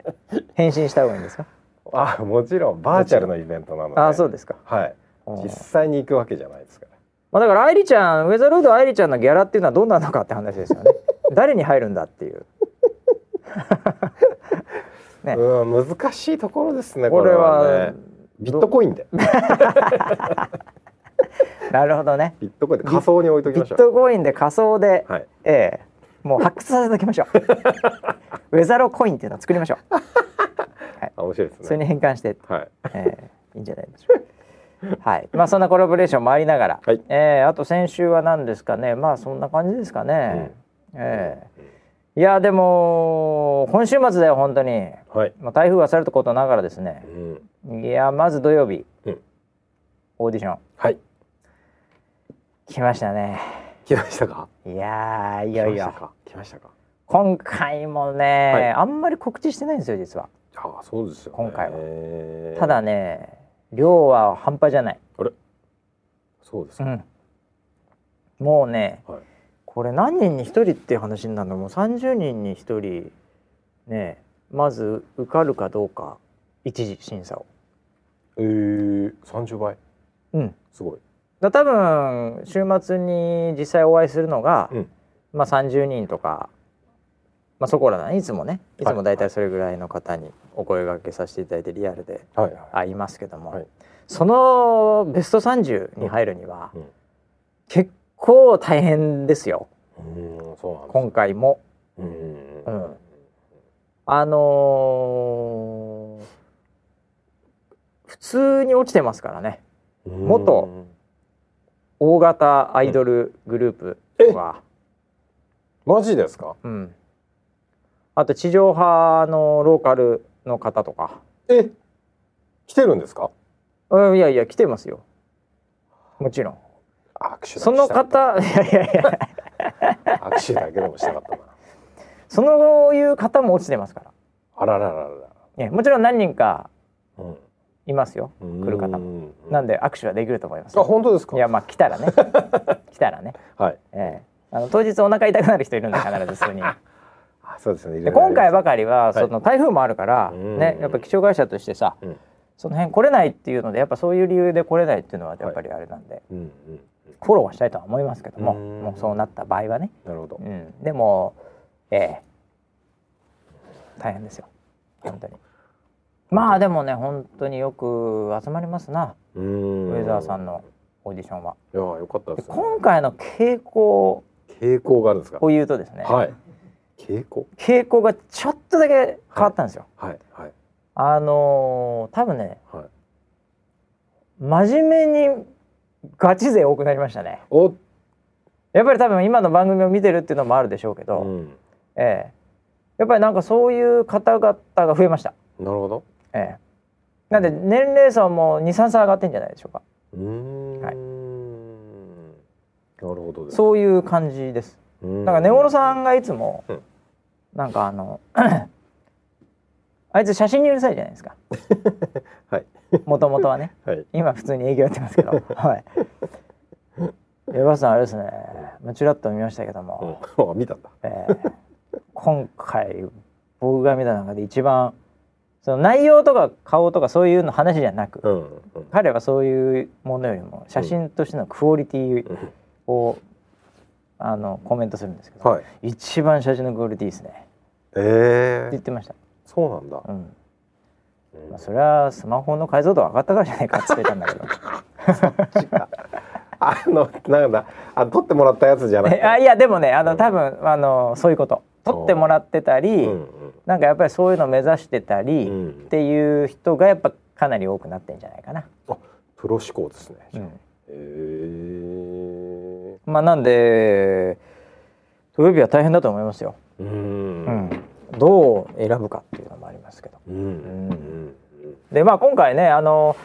[SPEAKER 1] 返信した方がいいんです か？
[SPEAKER 2] あ、もちろんバーチャルのイベントなので。
[SPEAKER 1] あそうですか。
[SPEAKER 2] はい。
[SPEAKER 1] おー
[SPEAKER 2] 実際に行くわけじゃないですから。
[SPEAKER 1] まあだから愛理ちゃんウェザーロード愛理ちゃんのギャラっていうのはどんなのかって話ですよ ね。誰に入るんだっていう。ね
[SPEAKER 2] うん、難しいところですね。
[SPEAKER 1] こ
[SPEAKER 2] こ
[SPEAKER 1] れ
[SPEAKER 2] れ
[SPEAKER 1] は
[SPEAKER 2] はね。ビットコインで。
[SPEAKER 1] なるほどね。
[SPEAKER 2] ビットコインで仮想に置いとき
[SPEAKER 1] ビ
[SPEAKER 2] ましょ
[SPEAKER 1] ッ
[SPEAKER 2] う。
[SPEAKER 1] トコインで仮想で、
[SPEAKER 2] はい。
[SPEAKER 1] ええもう発掘させておきましょ う。ウェザロコインっていうのを作りましょう。
[SPEAKER 2] あ、面白いで
[SPEAKER 1] そ
[SPEAKER 2] す
[SPEAKER 1] れ
[SPEAKER 2] ね。
[SPEAKER 1] に変換して、
[SPEAKER 2] はい。
[SPEAKER 1] ええいいんじゃないでしょう か。はい。まあそんなコラボレーションもありながら、
[SPEAKER 2] はい
[SPEAKER 1] ええあと先週は何ですかね。まあそんな感じですかね。ええいやでも今週末だよ本当に。
[SPEAKER 2] はい。
[SPEAKER 1] まあ、台風は去ることながらですね
[SPEAKER 2] う、ん。
[SPEAKER 1] いやまず土曜日、
[SPEAKER 2] うん
[SPEAKER 1] オーディション
[SPEAKER 2] はい。
[SPEAKER 1] 来ましたね
[SPEAKER 2] 来ましたか。
[SPEAKER 1] いやーいよい
[SPEAKER 2] 来ました
[SPEAKER 1] よ
[SPEAKER 2] か。来ましたか。
[SPEAKER 1] 今回もね、
[SPEAKER 2] はい
[SPEAKER 1] あんまり告知してないんですよ実は
[SPEAKER 2] あ、そうですよ、ね。
[SPEAKER 1] 今回は
[SPEAKER 2] は
[SPEAKER 1] た。だね量は半端じゃない、
[SPEAKER 2] そうです
[SPEAKER 1] う
[SPEAKER 2] か。
[SPEAKER 1] ん、もうね
[SPEAKER 2] はい。
[SPEAKER 1] これ何人に1人っていう話になるのもう30人に1人ねまず受かるかどうか一次審査を
[SPEAKER 2] ええー、三十倍。
[SPEAKER 1] うん
[SPEAKER 2] すごい。
[SPEAKER 1] だ多分週末に実際お会いするのが、
[SPEAKER 2] うん
[SPEAKER 1] まあ30人とか、まあ、そこらだねいつもねいつも大体それぐらいの方にお声掛けさせていただいてリアルで
[SPEAKER 2] はいはい。
[SPEAKER 1] 会いますけども、
[SPEAKER 2] はい
[SPEAKER 1] そのベスト30に入るには、
[SPEAKER 2] うんうん
[SPEAKER 1] 結構大変ですよ
[SPEAKER 2] うーん、そうなんですね。
[SPEAKER 1] 今回も。
[SPEAKER 2] うーん
[SPEAKER 1] う。んあのー普通に落ちてますからね
[SPEAKER 2] うーん
[SPEAKER 1] 元。大型アイドルグループは。
[SPEAKER 2] マジですか。
[SPEAKER 1] うん、あと地上波のローカルの方とか、
[SPEAKER 2] え。来てるんですか。
[SPEAKER 1] うん、いやいや来てますよもちろん
[SPEAKER 2] 握手だけした。
[SPEAKER 1] その方いやいやいや
[SPEAKER 2] 握手だけでもしたかったな。
[SPEAKER 1] そのいう方も落ちてますから
[SPEAKER 2] あららららら。、
[SPEAKER 1] ね、もちろん何人か
[SPEAKER 2] うん。
[SPEAKER 1] いますよ
[SPEAKER 2] 来
[SPEAKER 1] る方
[SPEAKER 2] も
[SPEAKER 1] なんで握手はできると思います
[SPEAKER 2] あ
[SPEAKER 1] よ
[SPEAKER 2] 本当ですか
[SPEAKER 1] いやまあ来たらね 来たらね、
[SPEAKER 2] はい
[SPEAKER 1] ええあの当日お腹痛くなる人いるんで必ず 数人
[SPEAKER 2] あそうですね
[SPEAKER 1] で今回ばかりは
[SPEAKER 2] はい
[SPEAKER 1] その台風もあるから、
[SPEAKER 2] うん
[SPEAKER 1] ねやっぱ気象会社としてさ、
[SPEAKER 2] うん
[SPEAKER 1] その辺来れないっていうのでやっぱそういう理由で来れないっていうのはやっぱりあれなんで、
[SPEAKER 2] うんうん
[SPEAKER 1] フォローはしたいとは思いますけども、
[SPEAKER 2] うん
[SPEAKER 1] もうそうなった場合はね、
[SPEAKER 2] なるほど
[SPEAKER 1] うん、でも、ええ大変ですよ本当にまあでもね本当によく集まりますな
[SPEAKER 2] うーん
[SPEAKER 1] ウェザーさんのオーディションは、
[SPEAKER 2] いやよかったで
[SPEAKER 1] です
[SPEAKER 2] ね
[SPEAKER 1] 今回の傾向
[SPEAKER 2] 傾向があるんですか
[SPEAKER 1] を言うとですね、
[SPEAKER 2] はい傾向
[SPEAKER 1] 傾向がちょっとだけ変わったんですよ、
[SPEAKER 2] はいはい
[SPEAKER 1] あのー多分ね
[SPEAKER 2] はい
[SPEAKER 1] 真面目にガチ勢多くなりましたね
[SPEAKER 2] お
[SPEAKER 1] やっぱり多分今の番組を見てるっていうのもあるでしょうけど、
[SPEAKER 2] うん
[SPEAKER 1] ええ、やっぱりなんかそういう方々が増えました。
[SPEAKER 2] なるほど
[SPEAKER 1] ええ、なんで年齢層も二三歳上がってんじゃないでしょうか。
[SPEAKER 2] うーん
[SPEAKER 1] はい
[SPEAKER 2] なるほどです
[SPEAKER 1] そういう感じです。
[SPEAKER 2] うん
[SPEAKER 1] なんか根室さんがいつも、
[SPEAKER 2] うん
[SPEAKER 1] なんかあの あいつ写真にうるさいじゃないですか。
[SPEAKER 2] はい
[SPEAKER 1] もともとはね。
[SPEAKER 2] はい
[SPEAKER 1] 今普通に営業やってますけど。 はい。エバさんあれですね。まあちらっと見ましたけども、
[SPEAKER 2] うんあ見たんだ
[SPEAKER 1] ええ今回僕が見た中で一番その内容とか顔とかそういうの話じゃなく、
[SPEAKER 2] うんうん
[SPEAKER 1] 彼はそういうものよりも写真としてのクオリティ
[SPEAKER 2] うん
[SPEAKER 1] を、あのコメントするんですけど、
[SPEAKER 2] はい
[SPEAKER 1] 一番写真のクオリティいいですねって
[SPEAKER 2] え
[SPEAKER 1] 言
[SPEAKER 2] え
[SPEAKER 1] ってました。
[SPEAKER 2] そうなんだ
[SPEAKER 1] うん。
[SPEAKER 2] うん
[SPEAKER 1] まあ、それはスマホの解像度が上がったからじゃないかって言ってたんだけど。
[SPEAKER 2] あのなんだあ撮ってもらったやつじゃなく
[SPEAKER 1] え
[SPEAKER 2] て
[SPEAKER 1] あいやでもねあの
[SPEAKER 2] うん
[SPEAKER 1] 多分あのそういうこと撮ってもらってたり、
[SPEAKER 2] うんうん
[SPEAKER 1] なんかやっぱりそういうのを目指してたり、
[SPEAKER 2] うん
[SPEAKER 1] っていう人がやっぱかなり多くなってんじゃないかな。
[SPEAKER 2] プロ志向ですね。
[SPEAKER 1] う
[SPEAKER 2] へ
[SPEAKER 1] ん
[SPEAKER 2] え。
[SPEAKER 1] まあなんで土曜日は大変だと思いますよ。
[SPEAKER 2] う。
[SPEAKER 1] うんん、どう選ぶかっていうのもありますけど。
[SPEAKER 2] うん。うん。
[SPEAKER 1] でまあ今回ねあの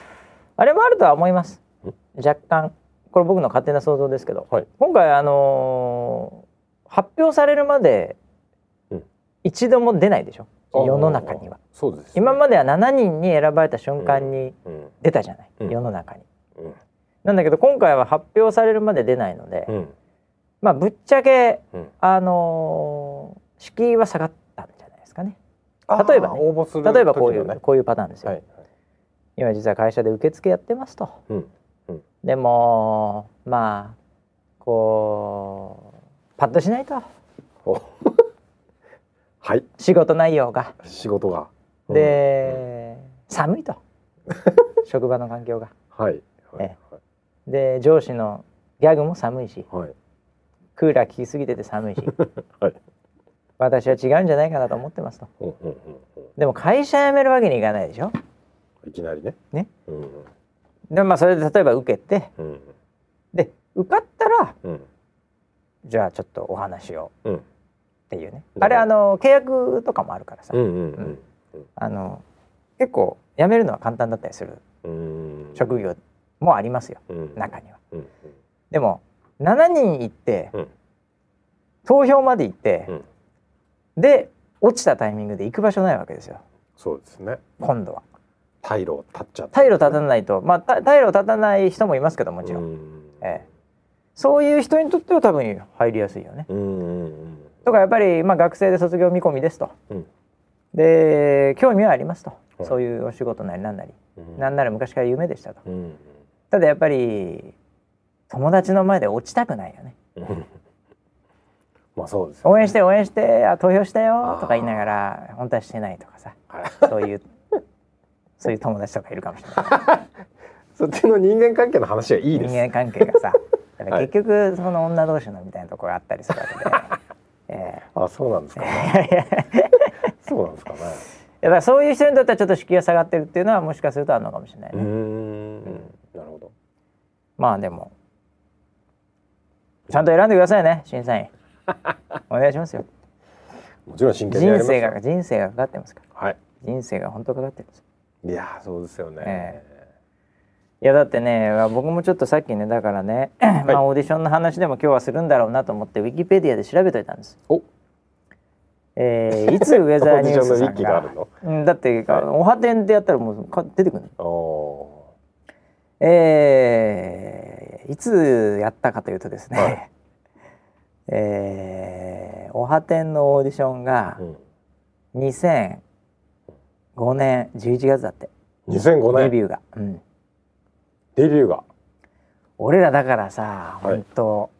[SPEAKER 1] あれもあるとは思います
[SPEAKER 2] ん
[SPEAKER 1] 若干これ僕の勝手な想像ですけど、
[SPEAKER 2] はい
[SPEAKER 1] 今回あのー発表されるまで
[SPEAKER 2] うん
[SPEAKER 1] 一度も出ないでしょ、
[SPEAKER 2] あー
[SPEAKER 1] 世の中には。
[SPEAKER 2] そうですね。
[SPEAKER 1] 今までは7人に選ばれた瞬間に
[SPEAKER 2] うん。
[SPEAKER 1] 出たじゃない、
[SPEAKER 2] うん
[SPEAKER 1] 世の中に。
[SPEAKER 2] うん。
[SPEAKER 1] なんだけど今回は発表されるまで出ないので、
[SPEAKER 2] うん。
[SPEAKER 1] まあぶっちゃけ、
[SPEAKER 2] うん
[SPEAKER 1] あのー敷居は下がったんじゃないですかね。例えばね
[SPEAKER 2] あー応募する時のね。
[SPEAKER 1] 例えばこういう、こういうパターンですよ。
[SPEAKER 2] はい。
[SPEAKER 1] 今実は会社で受付やってますと。
[SPEAKER 2] うん。うん
[SPEAKER 1] でもまあこうパッとしないと
[SPEAKER 2] おはい。
[SPEAKER 1] 仕事内容が。
[SPEAKER 2] 仕事が。うん
[SPEAKER 1] で、寒いと職場の環境が。
[SPEAKER 2] はい。はい
[SPEAKER 1] え。で上司のギャグも寒いし
[SPEAKER 2] はい。
[SPEAKER 1] クーラー効きすぎてて寒いし
[SPEAKER 2] はい。
[SPEAKER 1] 私は違うんじゃないかなと思ってますと。
[SPEAKER 2] うんうんうんうん
[SPEAKER 1] でも会社辞めるわけにいかないでしょ。
[SPEAKER 2] いきなりね。
[SPEAKER 1] ね。
[SPEAKER 2] うん
[SPEAKER 1] でまあそれで例えば受けて
[SPEAKER 2] うん
[SPEAKER 1] で受かったら
[SPEAKER 2] うん
[SPEAKER 1] じゃあちょっとお話を
[SPEAKER 2] うん
[SPEAKER 1] っていうね。
[SPEAKER 2] うん
[SPEAKER 1] あれあの契約とかもあるからさ。
[SPEAKER 2] うんうん
[SPEAKER 1] あの結構辞めるのは簡単だったりする
[SPEAKER 2] うんうん
[SPEAKER 1] 職業もありますよ
[SPEAKER 2] うん
[SPEAKER 1] 中には。
[SPEAKER 2] うん
[SPEAKER 1] でも7人行って、
[SPEAKER 2] うん
[SPEAKER 1] 投票まで行って
[SPEAKER 2] う、ん
[SPEAKER 1] で落ちたタイミングで行く場所ないわけですよ
[SPEAKER 2] そうですね。
[SPEAKER 1] 今度は。
[SPEAKER 2] 退路を立っちゃった。
[SPEAKER 1] 退路立たないとまあた退路立たない人もいますけどもちろん、
[SPEAKER 2] うん
[SPEAKER 1] ええそういう人にとっては多分入りやすいよね。
[SPEAKER 2] うんうん
[SPEAKER 1] とかやっぱり、まあ、学生で卒業見込みですと。
[SPEAKER 2] うん
[SPEAKER 1] で興味はありますと、
[SPEAKER 2] はい
[SPEAKER 1] そういうお仕事なりなんなり、
[SPEAKER 2] うん
[SPEAKER 1] なんなら昔から夢でしたと。
[SPEAKER 2] うん
[SPEAKER 1] ただやっぱり友達の前で落ちたくないよね
[SPEAKER 2] うん まあそうですよね。
[SPEAKER 1] 応援して応援してあ投票したよ
[SPEAKER 2] あー
[SPEAKER 1] とか言いながら本当はしてないとかさ
[SPEAKER 2] はい。
[SPEAKER 1] そういうそういう友達とかいるかもしれない
[SPEAKER 2] そっちの人間関係の話はいいです。
[SPEAKER 1] 人間関係が さやっぱ
[SPEAKER 2] はい
[SPEAKER 1] 結局その女同士のみたいなとこがあったりするわけで、 え
[SPEAKER 2] あ、そうなんですか、ね。
[SPEAKER 1] え いや
[SPEAKER 2] そうなんですかね。
[SPEAKER 1] だからそういう人にとってはちょっと敷居が下がってるっていうのはもしかするとあるのかもしれな いうね、
[SPEAKER 2] ん。なるほど。
[SPEAKER 1] まあでもちゃんと選んでくださいね審 査員お願いしますよ
[SPEAKER 2] もちろん真
[SPEAKER 1] 人
[SPEAKER 2] 剣にやりますよ
[SPEAKER 1] 生が人生がかかってますから
[SPEAKER 2] はい。
[SPEAKER 1] 人生が本当かかってるんですよ
[SPEAKER 2] いやー、そうですよね。
[SPEAKER 1] えいやだってね僕もちょっとさっきねだからね、まあオーディションの話でも今日はするんだろうなと思ってウィキペディアで調べといたんです。
[SPEAKER 2] お、
[SPEAKER 1] えー、いつウェザーニュース
[SPEAKER 2] オ
[SPEAKER 1] さ
[SPEAKER 2] ーディションのウ
[SPEAKER 1] ん
[SPEAKER 2] ィキがあ
[SPEAKER 1] が
[SPEAKER 2] るの
[SPEAKER 1] うんだって、あのおはてんでやったらもうか出てくるの、
[SPEAKER 2] お
[SPEAKER 1] えー、いつやったかというとですね、
[SPEAKER 2] はい
[SPEAKER 1] えー、おはてんのオーディションが
[SPEAKER 2] ー。うん。
[SPEAKER 1] 2005年11月だって
[SPEAKER 2] 2005
[SPEAKER 1] デ
[SPEAKER 2] 年
[SPEAKER 1] ビューが。うん
[SPEAKER 2] デビューが。
[SPEAKER 1] 俺らだからさ
[SPEAKER 2] はい
[SPEAKER 1] 本当、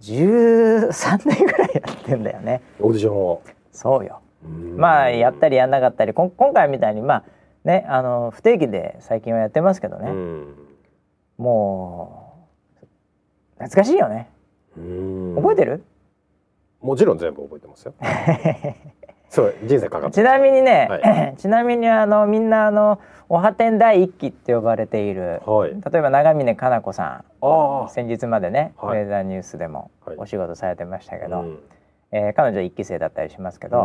[SPEAKER 1] 13年ぐらいやってんだよね
[SPEAKER 2] オーディションを。
[SPEAKER 1] そうよま
[SPEAKER 2] ま
[SPEAKER 1] あやった
[SPEAKER 2] り
[SPEAKER 1] りやんなかったりこん今回みたいにまあねあの不定期で最近はやってますけどね、もう懐かしいよね覚えて
[SPEAKER 2] る
[SPEAKER 1] る、
[SPEAKER 2] もちろん全部覚え てますよそう人生かかって
[SPEAKER 1] ちなみにね、
[SPEAKER 2] は
[SPEAKER 1] ちなみにあのみんなあの「おはてん第一期」って呼ばれている
[SPEAKER 2] はい
[SPEAKER 1] 例えば長峰かな子さ
[SPEAKER 2] ああ
[SPEAKER 1] ん先日までね、
[SPEAKER 2] は
[SPEAKER 1] ウ
[SPEAKER 2] い
[SPEAKER 1] ェザーニュースでも
[SPEAKER 2] はい
[SPEAKER 1] お仕事されてましたけど、
[SPEAKER 2] うん
[SPEAKER 1] えー彼女1期生だったりしますけど、
[SPEAKER 2] う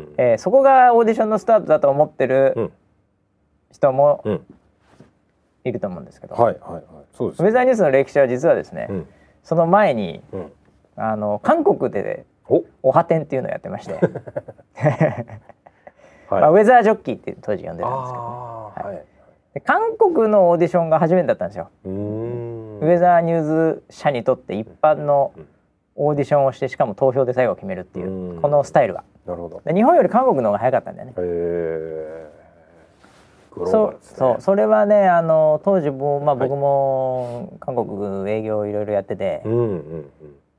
[SPEAKER 2] ん
[SPEAKER 1] えーそこがオーディションのスタートだと思って
[SPEAKER 2] う
[SPEAKER 1] る
[SPEAKER 2] ん
[SPEAKER 1] 人も
[SPEAKER 2] うん
[SPEAKER 1] いると思うんですけど、
[SPEAKER 2] はいはいはいそうです
[SPEAKER 1] ウェザーニュースの歴史は実はですね、
[SPEAKER 2] うん
[SPEAKER 1] その前に
[SPEAKER 2] うん
[SPEAKER 1] あの韓国で
[SPEAKER 2] お
[SPEAKER 1] おはてんっていうのをやってまして、まあ、
[SPEAKER 2] はい
[SPEAKER 1] ウェザージョッキーって当時呼んでたんですけど
[SPEAKER 2] ああはい
[SPEAKER 1] で韓国のオーディションが初めてだったんですよ、
[SPEAKER 2] うーん
[SPEAKER 1] ウェザーニュース社にとって一般の
[SPEAKER 2] うん
[SPEAKER 1] オーディションをしてしかも投票で最後を決めるっていう、
[SPEAKER 2] うん
[SPEAKER 1] このスタイルは
[SPEAKER 2] なるほど
[SPEAKER 1] で日本より韓国の方が早かったんだよね
[SPEAKER 2] へえグローバ
[SPEAKER 1] そ
[SPEAKER 2] ル
[SPEAKER 1] う
[SPEAKER 2] ですね
[SPEAKER 1] そうそれはねあの当時も、まあ、
[SPEAKER 2] はい
[SPEAKER 1] 僕も韓国営業いろいろやってて、
[SPEAKER 2] うんうんうん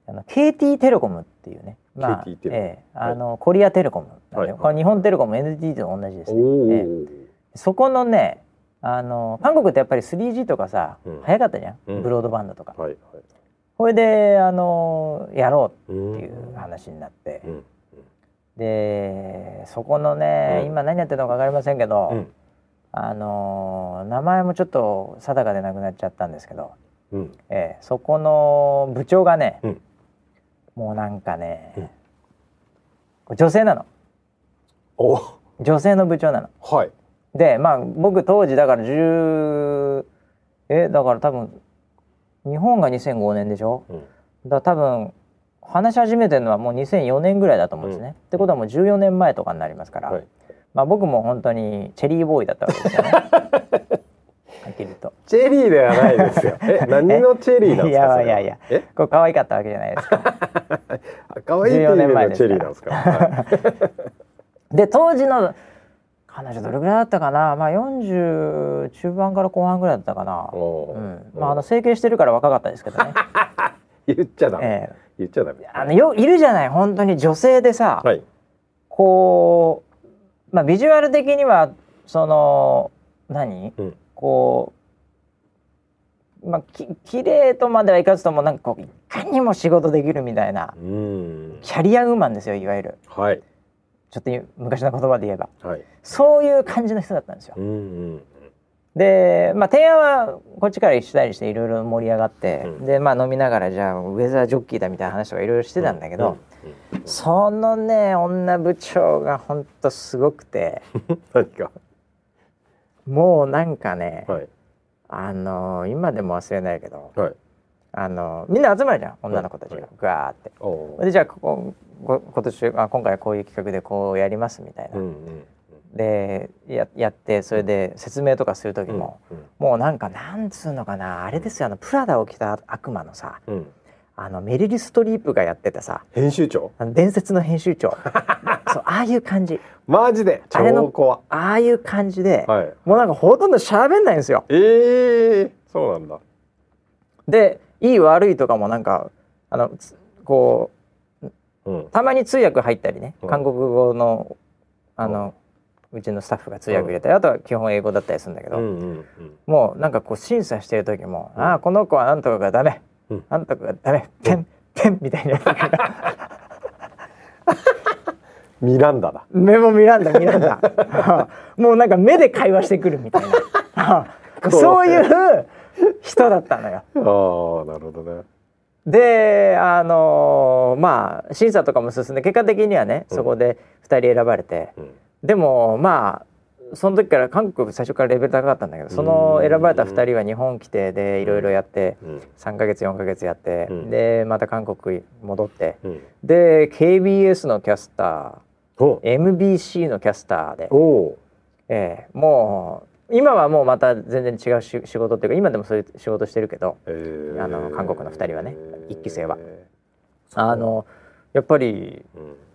[SPEAKER 1] あの KT テレコムっていうね、まあ
[SPEAKER 2] KT テレコム
[SPEAKER 1] ええ
[SPEAKER 2] はい
[SPEAKER 1] あのコリアテレコムなん
[SPEAKER 2] はい
[SPEAKER 1] で、
[SPEAKER 2] はい
[SPEAKER 1] これ日本テレコム NTT と同じです、
[SPEAKER 2] お
[SPEAKER 1] ね
[SPEAKER 2] お
[SPEAKER 1] えそこのねあの韓国ってやっぱり 3G とかさ、
[SPEAKER 2] うん
[SPEAKER 1] 早かったじゃん、
[SPEAKER 2] うん
[SPEAKER 1] ブロードバンドとか
[SPEAKER 2] はいはい
[SPEAKER 1] これであのやろ
[SPEAKER 2] て
[SPEAKER 1] うっていう話になって、
[SPEAKER 2] うん
[SPEAKER 1] でそこのね、
[SPEAKER 2] うん
[SPEAKER 1] 今何やってるのか分かりませんけど、
[SPEAKER 2] うん
[SPEAKER 1] あのー名前もちょっと定かでなくなっちゃったんですけど、
[SPEAKER 2] うん。
[SPEAKER 1] ええそこの部長がね、
[SPEAKER 2] うん
[SPEAKER 1] もうなんかね、
[SPEAKER 2] うん
[SPEAKER 1] これ女性なの
[SPEAKER 2] お、
[SPEAKER 1] 女性の部長なの。
[SPEAKER 2] はい。
[SPEAKER 1] でまあ僕当時だから10えだから多分日本が2005年でしょ
[SPEAKER 2] うん。
[SPEAKER 1] だから多分話し始めてるのはもう2004年ぐらいだと思うんですね。ってことはもう14年前とかになりますから、
[SPEAKER 2] はい。
[SPEAKER 1] まあ僕も本当にチェリーボーイだったわけですよね。はっきり言うと。
[SPEAKER 2] チェリーではないで すよ。え、何のチェリーなんですか。
[SPEAKER 1] いや
[SPEAKER 2] それはい
[SPEAKER 1] やいや
[SPEAKER 2] え、
[SPEAKER 1] こう可愛かったわけじゃないですか。
[SPEAKER 2] 可愛いっていう意
[SPEAKER 1] 14年
[SPEAKER 2] 味
[SPEAKER 1] 前
[SPEAKER 2] の
[SPEAKER 1] ですか
[SPEAKER 2] チェ
[SPEAKER 1] ら
[SPEAKER 2] リーなんですか。は
[SPEAKER 1] で当時の彼女どれぐらいだったかなまあ40中盤から後半ぐらいだったかな。
[SPEAKER 2] い、お
[SPEAKER 1] う
[SPEAKER 2] お
[SPEAKER 1] ん、まああの整形してるから若かったですけどね、
[SPEAKER 2] 言っちゃダメ、
[SPEAKER 1] ええ
[SPEAKER 2] 言っちゃダメ。
[SPEAKER 1] あのよいるじゃない本当に女性でさ、
[SPEAKER 2] はい。
[SPEAKER 1] こう、まあ、ビジュアル的にはその何、
[SPEAKER 2] うん
[SPEAKER 1] こう、まあ、き綺麗とまではいかずともなんかこういかにも仕事できるみたいな
[SPEAKER 2] うん。
[SPEAKER 1] キャリアウーマンですよいわゆる
[SPEAKER 2] はい。
[SPEAKER 1] ちょっと昔の言葉で言えば
[SPEAKER 2] はい。
[SPEAKER 1] そういう感じの人だったんですよ
[SPEAKER 2] う。んうん。
[SPEAKER 1] で、まあ、提案はこっちからしたりしていろいろ盛り上がって、
[SPEAKER 2] うん
[SPEAKER 1] で、まあ、飲みながらじゃあウェザージョッキーだみたいな話とかいろいろしてたんだけど、
[SPEAKER 2] うん。うん
[SPEAKER 1] そのね女部長がほんとすごくて
[SPEAKER 2] 何か。
[SPEAKER 1] もうなんかね、
[SPEAKER 2] はい。
[SPEAKER 1] あのー今でも忘れないけど、
[SPEAKER 2] はい。
[SPEAKER 1] あのーみんな集まるじゃん女の子たち
[SPEAKER 2] は
[SPEAKER 1] が
[SPEAKER 2] い
[SPEAKER 1] ガーって。
[SPEAKER 2] おおー。
[SPEAKER 1] でじゃあこここ今年あ今回はこういう企画でこうやりますみたいな。
[SPEAKER 2] うんうん。
[SPEAKER 1] でややってそれで説明とかする時
[SPEAKER 2] うん
[SPEAKER 1] も、もうなんかなんつうのかなあれですよあのプラダを着た悪魔のさ
[SPEAKER 2] うん。うん。
[SPEAKER 1] あのメリル・ストリープがやってたさ
[SPEAKER 2] 編集長。
[SPEAKER 1] あの伝説の編集 長そうああいう感じ
[SPEAKER 2] マジで。
[SPEAKER 1] あれの
[SPEAKER 2] 超怖。
[SPEAKER 1] ああいう感じで、
[SPEAKER 2] はい。
[SPEAKER 1] もうなんかほとんど喋んないんですよ。
[SPEAKER 2] ええー、そうなんだ。
[SPEAKER 1] でいい悪いとかもなんかあのつこ
[SPEAKER 2] うん
[SPEAKER 1] う。たまに通訳入ったりね
[SPEAKER 2] うん
[SPEAKER 1] 韓国語のあの、うちのスタッフが通訳入れたり、あとは基本英語だったりするんだけど、
[SPEAKER 2] うんうんうん。
[SPEAKER 1] もうなんかこう審査してる時も「
[SPEAKER 2] うん
[SPEAKER 1] ああこの子はなんとかがダメ、
[SPEAKER 2] うん
[SPEAKER 1] なんとかがダメペンペン」みたいなやつだから
[SPEAKER 2] ミランダだ。
[SPEAKER 1] 目もミランダミランダ もうなんか目で会話してくるみたい なそういう人だったのよ。
[SPEAKER 2] ああ、なるほどね。
[SPEAKER 1] であのーまあ審査とかも進んで結果的にはね
[SPEAKER 2] うん
[SPEAKER 1] そこで2人選ばれて、
[SPEAKER 2] うん。
[SPEAKER 1] でもまあその時から韓国最初からレベル高かったんだけどその選ばれた2人は日本来てでいろいろやって
[SPEAKER 2] うん。
[SPEAKER 1] 3ヶ月4ヶ月やって、
[SPEAKER 2] うん
[SPEAKER 1] でまた韓国戻って
[SPEAKER 2] うん。
[SPEAKER 1] で KBS のキャスタ
[SPEAKER 2] お
[SPEAKER 1] ー MBC のキャスターで
[SPEAKER 2] お。、お
[SPEAKER 1] ええもう今はもうまた全然違うし仕事っていうか今でもそういう仕事してるけど
[SPEAKER 2] えー
[SPEAKER 1] あの韓国の二人はね一期生は。
[SPEAKER 2] そう
[SPEAKER 1] あ。のやっぱり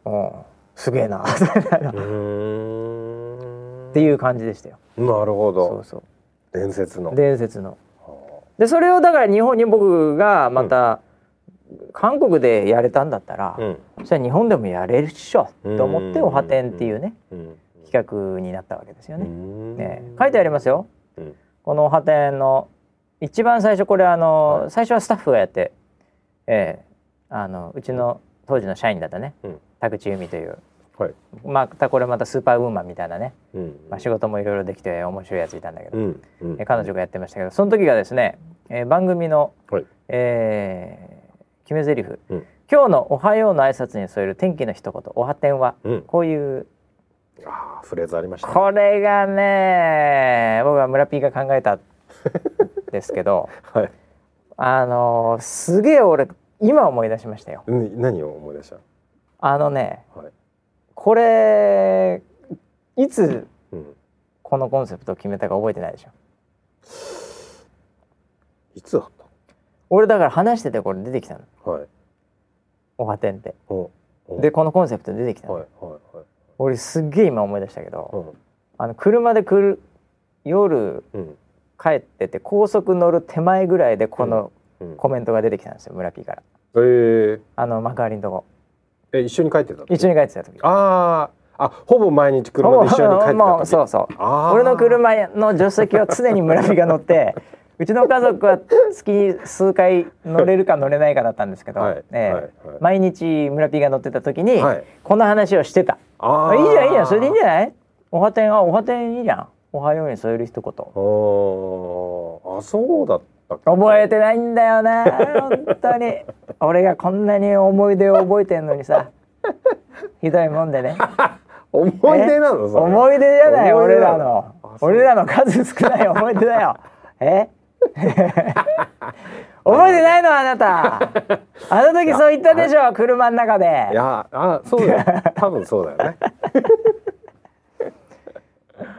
[SPEAKER 2] うん。
[SPEAKER 1] うん、すげえなみたいなっ
[SPEAKER 2] うーん
[SPEAKER 1] ていう感じでしたよ。
[SPEAKER 2] なるほ
[SPEAKER 1] そう
[SPEAKER 2] ど
[SPEAKER 1] そ
[SPEAKER 2] 伝説の
[SPEAKER 1] う伝説の。
[SPEAKER 2] は
[SPEAKER 1] でそれをだから日本に僕がまた、韓国でやれたんだったら
[SPEAKER 2] あ、うん
[SPEAKER 1] そしたら日本でもやれるっしょと思って「
[SPEAKER 2] うん
[SPEAKER 1] おはてん」っていうね
[SPEAKER 2] うん
[SPEAKER 1] 企画になったわけですよ
[SPEAKER 2] う
[SPEAKER 1] ね。
[SPEAKER 2] ん
[SPEAKER 1] ね書いてありますよ。
[SPEAKER 2] うん
[SPEAKER 1] この「おはてん」の一番最初これあの、
[SPEAKER 2] はい
[SPEAKER 1] 最初はスタッフがやって、ええあのうちの当時の社員だったね、
[SPEAKER 2] うん
[SPEAKER 1] 田口由美という
[SPEAKER 2] はい
[SPEAKER 1] またこれまたスーパーウーマンみたいなね
[SPEAKER 2] うん
[SPEAKER 1] まあ、仕事もいろいろできて面白いやついたんだけど、
[SPEAKER 2] うんうん
[SPEAKER 1] え彼女がやってましたけどその時がですね、えー番組の、
[SPEAKER 2] はい
[SPEAKER 1] えー決め台詞、
[SPEAKER 2] うん
[SPEAKER 1] 今日の「おはよう」の挨拶に添える天気の一言「おはてんは」
[SPEAKER 2] うん
[SPEAKER 1] こういう
[SPEAKER 2] ああフレーズありましたね
[SPEAKER 1] これがね僕は村 P が考えたんですけ ど
[SPEAKER 2] はい
[SPEAKER 1] あのーすげえ俺今思い出しましたよ。
[SPEAKER 2] うん何を思い出した
[SPEAKER 1] あのね
[SPEAKER 2] はい
[SPEAKER 1] これいつ
[SPEAKER 2] うん
[SPEAKER 1] このコンセプトを決めたか覚えてないでしょ。
[SPEAKER 2] いつだっ
[SPEAKER 1] 俺だから話しててこれ出てきたの
[SPEAKER 2] たはい
[SPEAKER 1] 「おはてん」って。
[SPEAKER 2] おお
[SPEAKER 1] でこのコンセプト出てきたの、
[SPEAKER 2] はいはいはい
[SPEAKER 1] 俺すっげえ今思い出したけ
[SPEAKER 2] う
[SPEAKER 1] ど、
[SPEAKER 2] ん
[SPEAKER 1] あの車で来る夜
[SPEAKER 2] うん
[SPEAKER 1] 帰ってて高速乗る手前ぐらいでこの
[SPEAKER 2] うん
[SPEAKER 1] コメントが出てきたんですよ村木から
[SPEAKER 2] えー
[SPEAKER 1] あの幕張のとこ
[SPEAKER 2] え一緒に書いてたの
[SPEAKER 1] 一緒に帰ってた時
[SPEAKER 2] あああほぼ毎日車で一緒に帰って
[SPEAKER 1] もうもう
[SPEAKER 2] た
[SPEAKER 1] そ
[SPEAKER 2] 時
[SPEAKER 1] うそう
[SPEAKER 2] あー
[SPEAKER 1] 俺の車の助手席を常に村木が乗って うちの家族は月に数回乗れるか乗れないかだったんですけど、
[SPEAKER 2] はい
[SPEAKER 1] ええ
[SPEAKER 2] はいはい
[SPEAKER 1] 毎日村木が乗ってた時に
[SPEAKER 2] はい
[SPEAKER 1] この話をしてた、
[SPEAKER 2] あ
[SPEAKER 1] いいじゃんいいじゃん
[SPEAKER 2] ん
[SPEAKER 1] それでいいんじゃないおはてんあおはてんいいじゃんおおはように添える一言
[SPEAKER 2] ああそうだったっけ
[SPEAKER 1] 覚えてないんだよな本当に俺がこんなに思い出を覚えてんのにさひどいもんでね
[SPEAKER 2] 思い出なのそれ
[SPEAKER 1] 思い出じゃない
[SPEAKER 2] 思い
[SPEAKER 1] 俺
[SPEAKER 2] 出な
[SPEAKER 1] ら
[SPEAKER 2] の
[SPEAKER 1] の
[SPEAKER 2] あそう
[SPEAKER 1] 俺らの数少ない思い出だよ え覚えてないのあなたあの時そう言ったでしょ車の中で
[SPEAKER 2] いやあそうだ よ多分そうだよね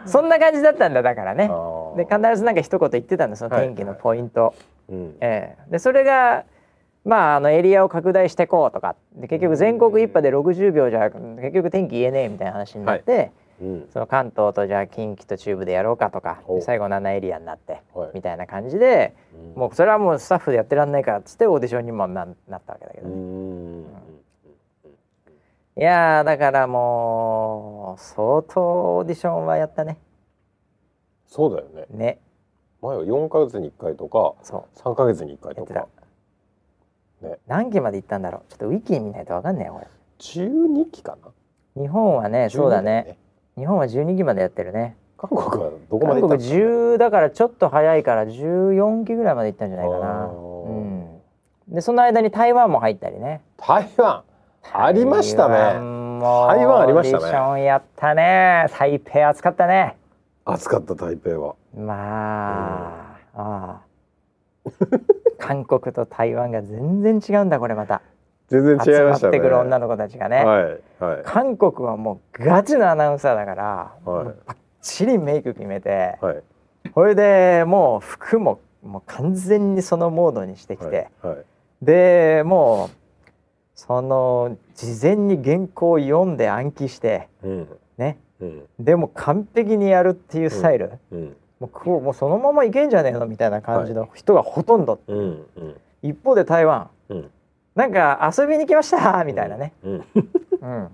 [SPEAKER 1] そんな感じだったんだだからね
[SPEAKER 2] あー
[SPEAKER 1] で必ずなんか一言言ってたんですその天気のポイント、
[SPEAKER 2] うん
[SPEAKER 1] ええでそれがまああのエリアを拡大してこうとかで結局全国一波で60秒じゃ結局天気言えねえみたいな話になって、
[SPEAKER 2] うん
[SPEAKER 1] その関東とじゃあ近畿と中部でやろうかとか
[SPEAKER 2] お
[SPEAKER 1] で最後7エリアになって、
[SPEAKER 2] はい
[SPEAKER 1] みたいな感じでもうそれはもうスタッフでやってらんないからっつってオーディションにもななったわけだけど
[SPEAKER 2] う
[SPEAKER 1] ね、
[SPEAKER 2] ん
[SPEAKER 1] いやーだからもう相当オーディションはやったね
[SPEAKER 2] そうだよね
[SPEAKER 1] ね
[SPEAKER 2] 前は4ヶ月に1回とか
[SPEAKER 1] そう
[SPEAKER 2] 3ヶ月に1回と
[SPEAKER 1] やっ
[SPEAKER 2] か
[SPEAKER 1] て
[SPEAKER 2] ね
[SPEAKER 1] 何期まで行ったんだろうちょっとウィキ見ないとわかんないよこ
[SPEAKER 2] 12期かな
[SPEAKER 1] れ日本はねそうだ
[SPEAKER 2] 12
[SPEAKER 1] ね
[SPEAKER 2] 期
[SPEAKER 1] 日本は12期までやってるね
[SPEAKER 2] 韓国はどこま
[SPEAKER 1] 韓
[SPEAKER 2] で行った
[SPEAKER 1] 国
[SPEAKER 2] の
[SPEAKER 1] 10だからちょっと早いから14期ぐらいまで行ったんじゃないかな
[SPEAKER 2] あー
[SPEAKER 1] うんでその間に台湾も入ったりね
[SPEAKER 2] 台湾ありましたね台
[SPEAKER 1] 台
[SPEAKER 2] 湾
[SPEAKER 1] 湾
[SPEAKER 2] あ
[SPEAKER 1] あ
[SPEAKER 2] り
[SPEAKER 1] り
[SPEAKER 2] ま
[SPEAKER 1] ま
[SPEAKER 2] し
[SPEAKER 1] したたねオーディ
[SPEAKER 2] ね
[SPEAKER 1] ションやったね台北暑かったね
[SPEAKER 2] 暑かった台北は
[SPEAKER 1] まあ、ああ韓国と台湾が全然違うんだこれまた
[SPEAKER 2] 全然違いま
[SPEAKER 1] 集ま
[SPEAKER 2] し
[SPEAKER 1] った
[SPEAKER 2] ね
[SPEAKER 1] てくる女の子たちがね、
[SPEAKER 2] はいはい
[SPEAKER 1] 韓国はもうガチのアナウンサーだから、
[SPEAKER 2] はい
[SPEAKER 1] もうバッチリメイク決めて、
[SPEAKER 2] はい
[SPEAKER 1] それでもう服ももう完全にそのモードにしてきて、
[SPEAKER 2] はいはい
[SPEAKER 1] でもうその事前に原稿を読んで暗記して
[SPEAKER 2] うん
[SPEAKER 1] ね
[SPEAKER 2] うん
[SPEAKER 1] でも完璧にやるっていうスタイル、
[SPEAKER 2] うん
[SPEAKER 1] もうこうもうそのままいけんじゃねえのみたいな感じの人がほとんど、
[SPEAKER 2] うんうん
[SPEAKER 1] 一方で台湾
[SPEAKER 2] うん
[SPEAKER 1] なんか遊びに来ましたみたいなね、
[SPEAKER 2] うん
[SPEAKER 1] うん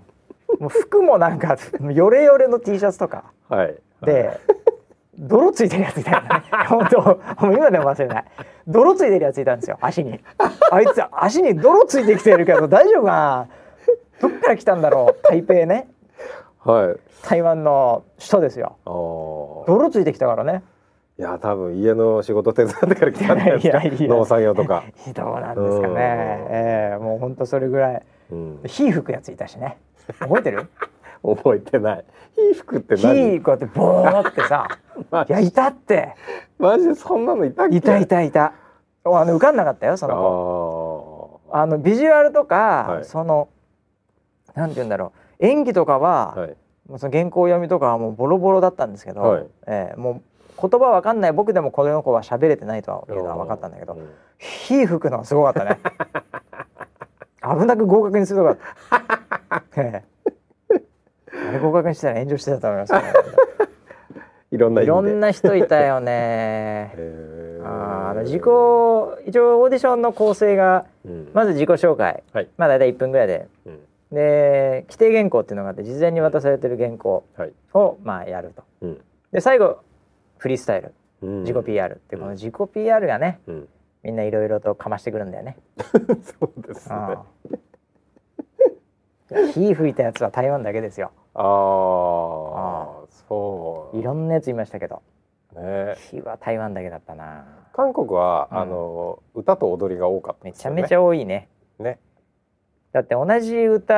[SPEAKER 1] もう服もなんか ヨレヨレの T シャツとか。
[SPEAKER 2] はい
[SPEAKER 1] で泥ついてるやついたよね 本当もう今でも忘れない泥ついてるやついたんですよ足にあいつ足に泥ついてきてるけど大丈夫かなどっから来たんだろう台北ね
[SPEAKER 2] はい
[SPEAKER 1] 台湾の首都ですよ
[SPEAKER 2] ああ
[SPEAKER 1] 泥ついてきたからね
[SPEAKER 2] いや多分家の仕事手伝ってから来たんじゃないですか
[SPEAKER 1] いやいや
[SPEAKER 2] 農作業とか、
[SPEAKER 1] ひどうなんですか
[SPEAKER 2] うん
[SPEAKER 1] ねええもう本当それぐらい
[SPEAKER 2] うん、
[SPEAKER 1] 火吹くやついたしね覚えて る
[SPEAKER 2] 覚えてない火服って何
[SPEAKER 1] 火こうやってボーってさ
[SPEAKER 2] マ
[SPEAKER 1] いやいたって
[SPEAKER 2] マジでそんなのいたっけ
[SPEAKER 1] いたいたいたおあの浮かんなかったよそ
[SPEAKER 2] あ
[SPEAKER 1] の子
[SPEAKER 2] あ
[SPEAKER 1] あのビジュアルとか、
[SPEAKER 2] はい
[SPEAKER 1] そのなんて言うんだろう演技とかは、
[SPEAKER 2] はい
[SPEAKER 1] もうその原稿読みとかはもうボロボロだったんですけど、
[SPEAKER 2] はい
[SPEAKER 1] ええもう言葉わかんない僕でもこの子は喋れてないとはいうのは分かったんだけ
[SPEAKER 2] う
[SPEAKER 1] ど火吹くのはすごかったね危なく合格にするとかだった、ええあれ合格にしてたら炎上してたと思いますけ
[SPEAKER 2] いろんな
[SPEAKER 1] ど
[SPEAKER 2] 意
[SPEAKER 1] いろ
[SPEAKER 2] 味で
[SPEAKER 1] んな人いたよね
[SPEAKER 2] へー
[SPEAKER 1] あーあの自己一応オーディションの構成が
[SPEAKER 2] うん
[SPEAKER 1] まず自己紹介、
[SPEAKER 2] はい
[SPEAKER 1] まあ大体1分ぐらいで
[SPEAKER 2] うん
[SPEAKER 1] で規定原稿っていうのがあって事前に渡されてる原稿
[SPEAKER 2] はい
[SPEAKER 1] をまあやると
[SPEAKER 2] うん
[SPEAKER 1] で最後フリースタイル
[SPEAKER 2] うん
[SPEAKER 1] 自己 PR っていううんこの自己 PR がね
[SPEAKER 2] うん
[SPEAKER 1] みんないろいろとかましてくるんだよね。
[SPEAKER 2] そうですねあ
[SPEAKER 1] うん 火吹いたやつは台湾だけですよ。
[SPEAKER 2] あーそう
[SPEAKER 1] いろんなやついましたけど
[SPEAKER 2] ね
[SPEAKER 1] 火は台湾だけだったな。
[SPEAKER 2] 韓国は、
[SPEAKER 1] うん
[SPEAKER 2] あの歌と踊りが多かった
[SPEAKER 1] め
[SPEAKER 2] で
[SPEAKER 1] ち
[SPEAKER 2] す
[SPEAKER 1] ゃ
[SPEAKER 2] よ、ね、
[SPEAKER 1] めちゃ多いね。
[SPEAKER 2] ね
[SPEAKER 1] だって同じ歌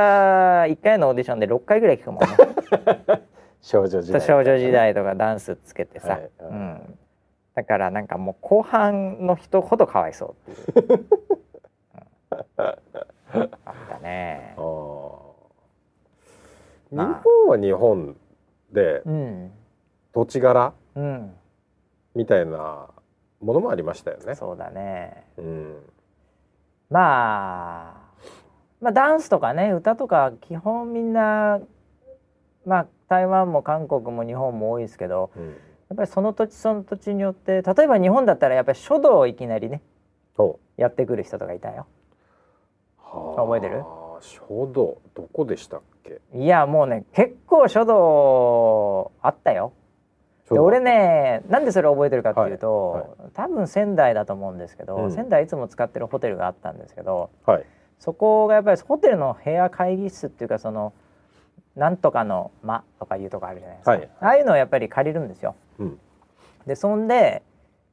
[SPEAKER 1] 1回のオーディションで6回ぐらい聞くもんね。
[SPEAKER 2] 少 女時代
[SPEAKER 1] 少女時代とかダンスつけてさ、
[SPEAKER 2] はいはい
[SPEAKER 1] うん、だからなんかもう後半の人ほどかわいそうっていう、うん、あったね
[SPEAKER 2] あ、ー日
[SPEAKER 1] まあ
[SPEAKER 2] 本は日本で
[SPEAKER 1] うん
[SPEAKER 2] 土地柄
[SPEAKER 1] うん、
[SPEAKER 2] みたいなものもありましたよね。
[SPEAKER 1] そうだね
[SPEAKER 2] うん、
[SPEAKER 1] まあまあダンスとかね歌とか基本みんなまあ台湾も韓国も日本も多いですけど
[SPEAKER 2] うん、
[SPEAKER 1] やっぱりその土地その土地によって例えば日本だったらやっぱり書道をいきなりね
[SPEAKER 2] そ
[SPEAKER 1] やってくる人とかいたよ。
[SPEAKER 2] う。は
[SPEAKER 1] 覚えてる
[SPEAKER 2] 書道どこでしたっけ？
[SPEAKER 1] いやもうね結構書道あったよ。
[SPEAKER 2] 書
[SPEAKER 1] で
[SPEAKER 2] 道
[SPEAKER 1] 俺。ねなんでそれを覚えてるかっていうと、
[SPEAKER 2] はいは
[SPEAKER 1] 多分仙台だと思うんですけど、
[SPEAKER 2] うん
[SPEAKER 1] 仙台いつも使ってるホテルがあったんですけど
[SPEAKER 2] はい。
[SPEAKER 1] そこがやっぱりホテルの部屋会議室っていうかそのなんとかの間とかいうとこあるじゃないですか、
[SPEAKER 2] はい
[SPEAKER 1] ああいうのをやっぱり借りるんですよ。
[SPEAKER 2] うん
[SPEAKER 1] でそんで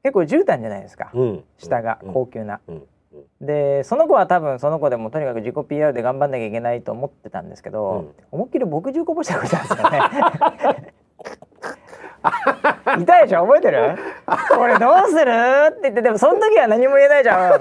[SPEAKER 1] 結構絨毯じゃないですか、
[SPEAKER 2] うん
[SPEAKER 1] 下が
[SPEAKER 2] うん
[SPEAKER 1] 高級な。
[SPEAKER 2] うんうん
[SPEAKER 1] でその子は多分その子でもとにかく自己 PR で頑張んなきゃいけないと思ってたんですけど、思いっきり僕中こぼした子じゃないですか ね。いたでしょ覚えてるこれどうするって言ってでもその時は何も言えないじゃん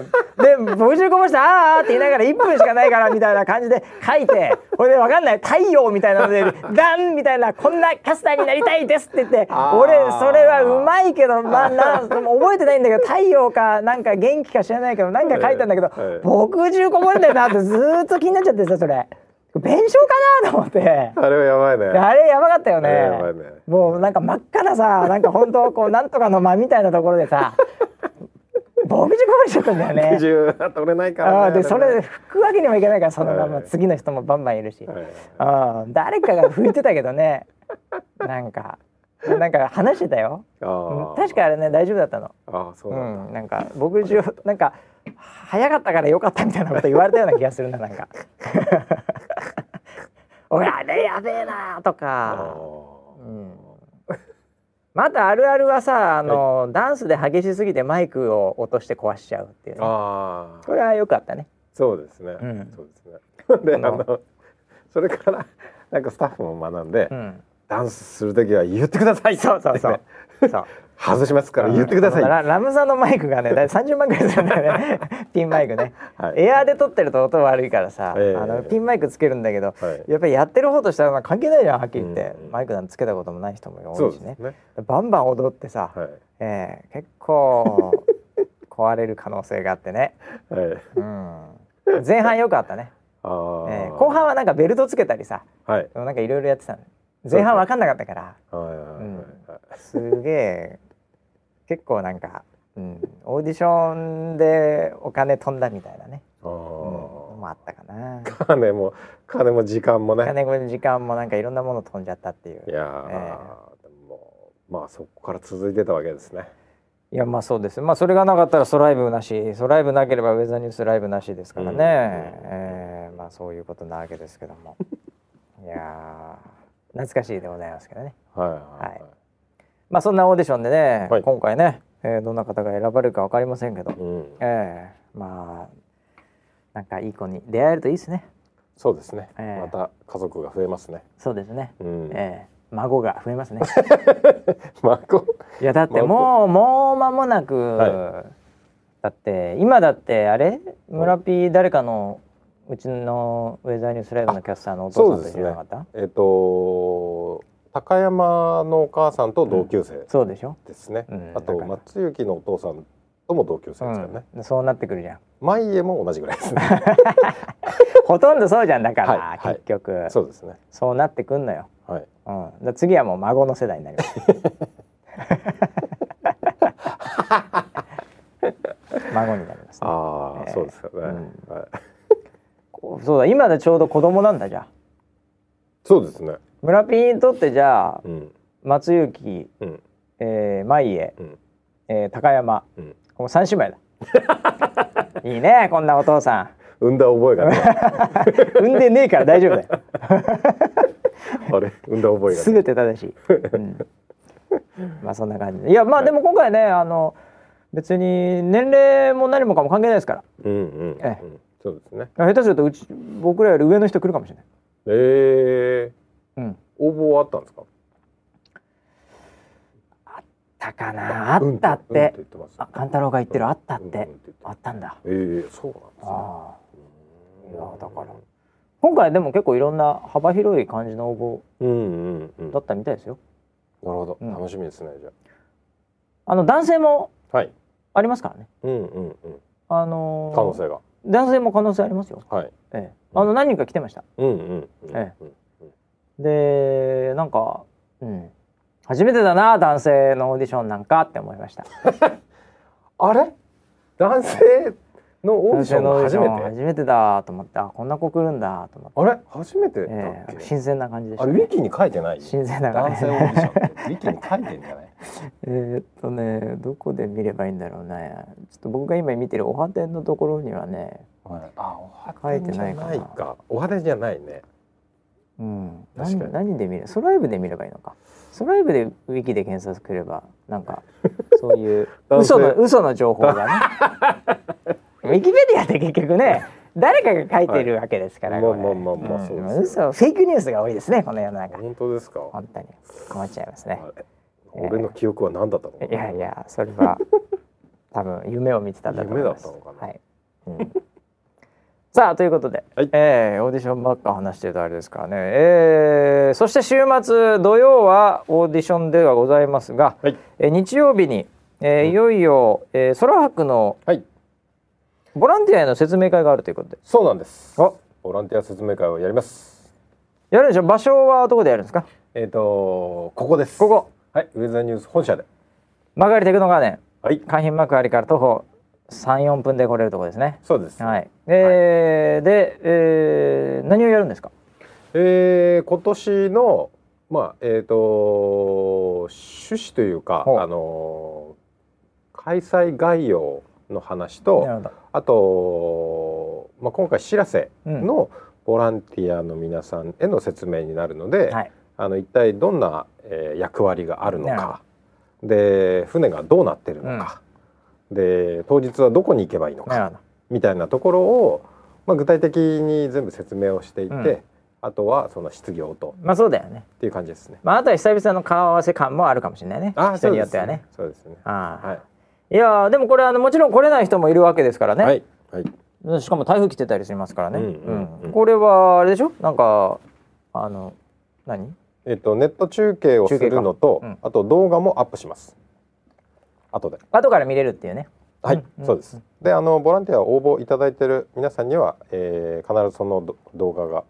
[SPEAKER 1] で僕中こぼしたあーあーって言いながら1分しかないからみたいな感じで書いてこれで分かんない太陽みたいなのでダンみたいなこんなキャスターになりたいですって言って
[SPEAKER 2] あー
[SPEAKER 1] 俺それはうまいけどまあなん覚えてないんだけど太陽かなんか元気か知らないけどなんか書いたんだけど、
[SPEAKER 2] ええええ
[SPEAKER 1] 僕中こぼれんだよなってずーっと気になっちゃってさそれ弁償かなと思って
[SPEAKER 2] あれはやばいね。
[SPEAKER 1] あれやばかったよね
[SPEAKER 2] あれやばいね
[SPEAKER 1] もうなんか真っ赤なさなんか本当こうなんとかの間みたいなところでさ僕中こぼれちゃったんだよね
[SPEAKER 2] 百。十取れないから、ね。
[SPEAKER 1] あーで
[SPEAKER 2] れ
[SPEAKER 1] それ拭くわけにもいかないからそのまま
[SPEAKER 2] はい
[SPEAKER 1] 次の人もバンバンいるし、
[SPEAKER 2] はい
[SPEAKER 1] あー誰かが拭いてたけどねなんかなんか話してたよ
[SPEAKER 2] あ
[SPEAKER 1] うん
[SPEAKER 2] ー
[SPEAKER 1] 確かあれね大丈夫だったの
[SPEAKER 2] あーそううなんだ。
[SPEAKER 1] んなんか僕中なんか早かったから良かったみたいなこと言われたような気がするな なんか俺あれやべえなと
[SPEAKER 2] あ
[SPEAKER 1] か
[SPEAKER 2] ー
[SPEAKER 1] うんまたあるあるはさあの、ダンスで激しすぎてマイクを落として壊しちゃうっていうね、
[SPEAKER 2] あー
[SPEAKER 1] これは良かったね
[SPEAKER 2] そうですね。
[SPEAKER 1] うん
[SPEAKER 2] そうですね。 で、
[SPEAKER 1] あ
[SPEAKER 2] あ
[SPEAKER 1] の
[SPEAKER 2] のそれからなんかスタッフも学んで、
[SPEAKER 1] うん
[SPEAKER 2] ダンスするときは言って ください。
[SPEAKER 1] そうそうそう
[SPEAKER 2] って
[SPEAKER 1] そう
[SPEAKER 2] ね外しますから言ってください。
[SPEAKER 1] あの
[SPEAKER 2] は
[SPEAKER 1] ララムさんのマイクがね、だい30万くらいするんだよね。 ピンマイクね。
[SPEAKER 2] い。
[SPEAKER 1] エアーで撮ってると音悪いからさ、
[SPEAKER 2] ええ
[SPEAKER 1] あのピンマイクつけるんだけど、
[SPEAKER 2] はい。
[SPEAKER 1] やっぱりやってる方としたらまあ関係ないじゃんはっきり言って、
[SPEAKER 2] うんうん
[SPEAKER 1] マイクなんてつけたこともない人も
[SPEAKER 2] そ
[SPEAKER 1] 多
[SPEAKER 2] う
[SPEAKER 1] い
[SPEAKER 2] で
[SPEAKER 1] し
[SPEAKER 2] す
[SPEAKER 1] ね
[SPEAKER 2] ね。
[SPEAKER 1] バンバン踊ってさ、
[SPEAKER 2] はい。
[SPEAKER 1] ええ結構壊れる可能性があってね、
[SPEAKER 2] はい。
[SPEAKER 1] うん、前半良かったね、
[SPEAKER 2] あ
[SPEAKER 1] え
[SPEAKER 2] あ、
[SPEAKER 1] え後半はなんかベルトつけたりさ
[SPEAKER 2] はい。
[SPEAKER 1] なんかいろいろやってたの前半分かんなかったから
[SPEAKER 2] はいはいはい
[SPEAKER 1] うん
[SPEAKER 2] はい。
[SPEAKER 1] すげえ結構なんか、うん、オーディションでお金飛んだみたいなね、
[SPEAKER 2] あ
[SPEAKER 1] うん、
[SPEAKER 2] あ。
[SPEAKER 1] もあったかな
[SPEAKER 2] 金も金も時間も
[SPEAKER 1] お
[SPEAKER 2] ね。
[SPEAKER 1] 金の時間もなんかいろんなもの飛んじゃったっていう
[SPEAKER 2] いやー、でもまあそこから続いてたわけですね。
[SPEAKER 1] いやまあそうですまあそれがなかったらソライブなしソライブなければウェザーニュースライブなしですからね、
[SPEAKER 2] うん
[SPEAKER 1] えーまあそういうことなわけですけども いやー懐かしいでございますけどね
[SPEAKER 2] はいは
[SPEAKER 1] はいまあそんなオーディションでね、
[SPEAKER 2] はい
[SPEAKER 1] 今回ね、えーどんな方が選ばれるかわかりませんけど、
[SPEAKER 2] うん、
[SPEAKER 1] ええまあなんかいい子に出会えるといいですね
[SPEAKER 2] そうですね、
[SPEAKER 1] ええ
[SPEAKER 2] また家族が増えますね。
[SPEAKER 1] そうですね、
[SPEAKER 2] うん、
[SPEAKER 1] ええ孫が増え ますね
[SPEAKER 2] まあこ
[SPEAKER 1] いやだってもうもう間もなく、
[SPEAKER 2] は
[SPEAKER 1] だって今だってあれ村ピー誰かのうちのウェザーニュースライブのキャスターのお父さんと知らなかった
[SPEAKER 2] うえっ、と高山のお母さんと同級生
[SPEAKER 1] そうでしょ、
[SPEAKER 2] ですね。
[SPEAKER 1] うん
[SPEAKER 2] あと
[SPEAKER 1] だから
[SPEAKER 2] 松雪のお父さんとも同級生ですよね。
[SPEAKER 1] うん、そうなってくるじゃん
[SPEAKER 2] 舞、江、も同じぐらいで すね。
[SPEAKER 1] ほとんどそうじゃんだから、
[SPEAKER 2] はいはい
[SPEAKER 1] 結局そ
[SPEAKER 2] そううですね。
[SPEAKER 1] なってくんのよ、
[SPEAKER 2] はい。
[SPEAKER 1] うん、だから次はもう孫の世代になります孫になりますね
[SPEAKER 2] ああ、
[SPEAKER 1] ええ
[SPEAKER 2] そうですよね、
[SPEAKER 1] う
[SPEAKER 2] はい。
[SPEAKER 1] こうそうだ今でちょうど子供なんだじゃあ
[SPEAKER 2] そうですね。
[SPEAKER 1] 村ピーにとってじゃあ
[SPEAKER 2] うん
[SPEAKER 1] 松雪、
[SPEAKER 2] うん
[SPEAKER 1] えー、舞江、
[SPEAKER 2] うん
[SPEAKER 1] えー高山
[SPEAKER 2] うん。
[SPEAKER 1] この三姉妹だいいねこんなお父さん
[SPEAKER 2] 産んだ覚えが ない。
[SPEAKER 1] 産んでねえから大丈夫だよ
[SPEAKER 2] あれ産んだ覚えがない。
[SPEAKER 1] 全て正しい、うん、まあそんな感じでいやまあでも今回ねあの別に年齢も何もかも関係ないですから
[SPEAKER 2] うんうん、
[SPEAKER 1] ええ
[SPEAKER 2] うん。そうですね。
[SPEAKER 1] 下手するとうち僕らより上の人来るかもしれない、
[SPEAKER 2] ええ
[SPEAKER 1] うん、
[SPEAKER 2] 応募はあったんですか。
[SPEAKER 1] たかなあったって,、
[SPEAKER 2] うんうんって言ってます。
[SPEAKER 1] あ勘太郎が言ってるあったって、
[SPEAKER 2] うんうんって言って
[SPEAKER 1] あったんだ
[SPEAKER 2] ええー、そうなんですね。
[SPEAKER 1] ああいや
[SPEAKER 2] うん
[SPEAKER 1] だから今回でも結構いろんな幅広い感じの応
[SPEAKER 2] うんうんうん。
[SPEAKER 1] 募だ
[SPEAKER 2] なる
[SPEAKER 1] ったみたいですよ
[SPEAKER 2] ほど、
[SPEAKER 1] うん
[SPEAKER 2] 楽しみですねじゃ
[SPEAKER 1] あの男性も
[SPEAKER 2] あ。はい。
[SPEAKER 1] ありますからね
[SPEAKER 2] うんうんうん。
[SPEAKER 1] あ
[SPEAKER 2] 可
[SPEAKER 1] のー
[SPEAKER 2] 能性が。
[SPEAKER 1] 男性も可能性ありますよ
[SPEAKER 2] はい。
[SPEAKER 1] ええ
[SPEAKER 2] うん
[SPEAKER 1] あの何人か来てました
[SPEAKER 2] うんうんうん。
[SPEAKER 1] え
[SPEAKER 2] うん
[SPEAKER 1] でなんかうん初めてだな男性のオーディションなんかって思いました
[SPEAKER 2] あれ？男性のオ
[SPEAKER 1] 男
[SPEAKER 2] ーディショ
[SPEAKER 1] 性
[SPEAKER 2] ン
[SPEAKER 1] のオーデ
[SPEAKER 2] が
[SPEAKER 1] ィシ
[SPEAKER 2] 初
[SPEAKER 1] ョ
[SPEAKER 2] め
[SPEAKER 1] ン
[SPEAKER 2] て。
[SPEAKER 1] 初めてだと思ってあこんな子来るんだと思って、
[SPEAKER 2] あれ初めてだっけ？
[SPEAKER 1] ええ新鮮な感じでし
[SPEAKER 2] あ
[SPEAKER 1] た、
[SPEAKER 2] れウィキに書いてない。
[SPEAKER 1] 新鮮な感
[SPEAKER 2] 男
[SPEAKER 1] じ
[SPEAKER 2] 性オーディションってウィキに書いてんじゃない？
[SPEAKER 1] えーっとねどこで見ればいいんだろうねちょっと僕が今見てるおはてんのところにはね
[SPEAKER 2] はいあ、お
[SPEAKER 1] 書いて
[SPEAKER 2] 派手じ
[SPEAKER 1] な
[SPEAKER 2] ゃ
[SPEAKER 1] いかな
[SPEAKER 2] ないか。お派手じゃないね。
[SPEAKER 1] うん、
[SPEAKER 2] 確か
[SPEAKER 1] 何
[SPEAKER 2] に
[SPEAKER 1] 何で見るソライブで見ればいいのかソライブでウィキで検索すればなんかそういう
[SPEAKER 2] 男性
[SPEAKER 1] 嘘の嘘の情報がね ウィキペディアって結局ね誰かが書いてるわけですから、
[SPEAKER 2] まあ
[SPEAKER 1] これ
[SPEAKER 2] まあまあまあ
[SPEAKER 1] うん
[SPEAKER 2] そうですよ
[SPEAKER 1] 嘘フェイクニュースが多いですねこの世の中
[SPEAKER 2] 本当ですか、
[SPEAKER 1] 本当に困っちゃいますね
[SPEAKER 2] あれ俺の記憶は何だったの、
[SPEAKER 1] いやいやそれ は多分夢を見てたんだと思います
[SPEAKER 2] 夢だったのかな
[SPEAKER 1] はい、うんさあということで、
[SPEAKER 2] はい
[SPEAKER 1] えーオーディションばっか話してるとあれですからね、えーそして週末土曜はオーディションではございますが、
[SPEAKER 2] はい
[SPEAKER 1] えー日曜日に、えーいよいよ、えー、ソラ博の
[SPEAKER 2] はい
[SPEAKER 1] ボランティアへの説明会があるということで
[SPEAKER 2] そうなんです
[SPEAKER 1] あ
[SPEAKER 2] ボランティア説明会をやります
[SPEAKER 1] やるんでしょ場所はどこでやるんですか
[SPEAKER 2] えっ、とここです
[SPEAKER 1] ここ
[SPEAKER 2] はいウェザーニュース本社で
[SPEAKER 1] 曲がりテクノガーデン
[SPEAKER 2] はい
[SPEAKER 1] 海浜幕張から徒歩34分で来れるところですね
[SPEAKER 2] そうです、
[SPEAKER 1] はい、えーで、えー何をやるんですか
[SPEAKER 2] えー、今年のまあえっ、と趣旨というか
[SPEAKER 1] ほう
[SPEAKER 2] あのー開催概要の話と
[SPEAKER 1] るほど
[SPEAKER 2] あと、まあ、今回「しらせ」のボランティアの皆さんへの説明になるので、
[SPEAKER 1] はい
[SPEAKER 2] あの一体どんな、えー役割があるの
[SPEAKER 1] なるほ
[SPEAKER 2] かで船がどうなってるのか、で当日はどこに行けばいいの
[SPEAKER 1] な
[SPEAKER 2] か
[SPEAKER 1] るほ
[SPEAKER 2] みたいなところを、まあ、具体的に全部説明をしていて、
[SPEAKER 1] うん
[SPEAKER 2] あとはその失業と
[SPEAKER 1] どまあそうだよね
[SPEAKER 2] っていう感じですね。
[SPEAKER 1] まああとは久々の顔合わせ感もあるかもしれないね
[SPEAKER 2] あー
[SPEAKER 1] 人によってはね。
[SPEAKER 2] そうですね。
[SPEAKER 1] ああ、、
[SPEAKER 2] はい
[SPEAKER 1] やーでもこれあのもちろん来れない人もいるわけですから
[SPEAKER 2] い、は
[SPEAKER 1] ね、
[SPEAKER 2] い、はい、
[SPEAKER 1] しかも台風来てたりしますからね、
[SPEAKER 2] うんうんうん
[SPEAKER 1] うんこれはあれでしょなんかあの何
[SPEAKER 2] えっとネット中継をするのと、
[SPEAKER 1] 中継か
[SPEAKER 2] あと動画もアップします。後で。
[SPEAKER 1] 後から見れるっていうね
[SPEAKER 2] はい、
[SPEAKER 1] うん
[SPEAKER 2] そうです。で、あのボランティアを応募いただいている皆さんには、えー、必ずそのど動画が、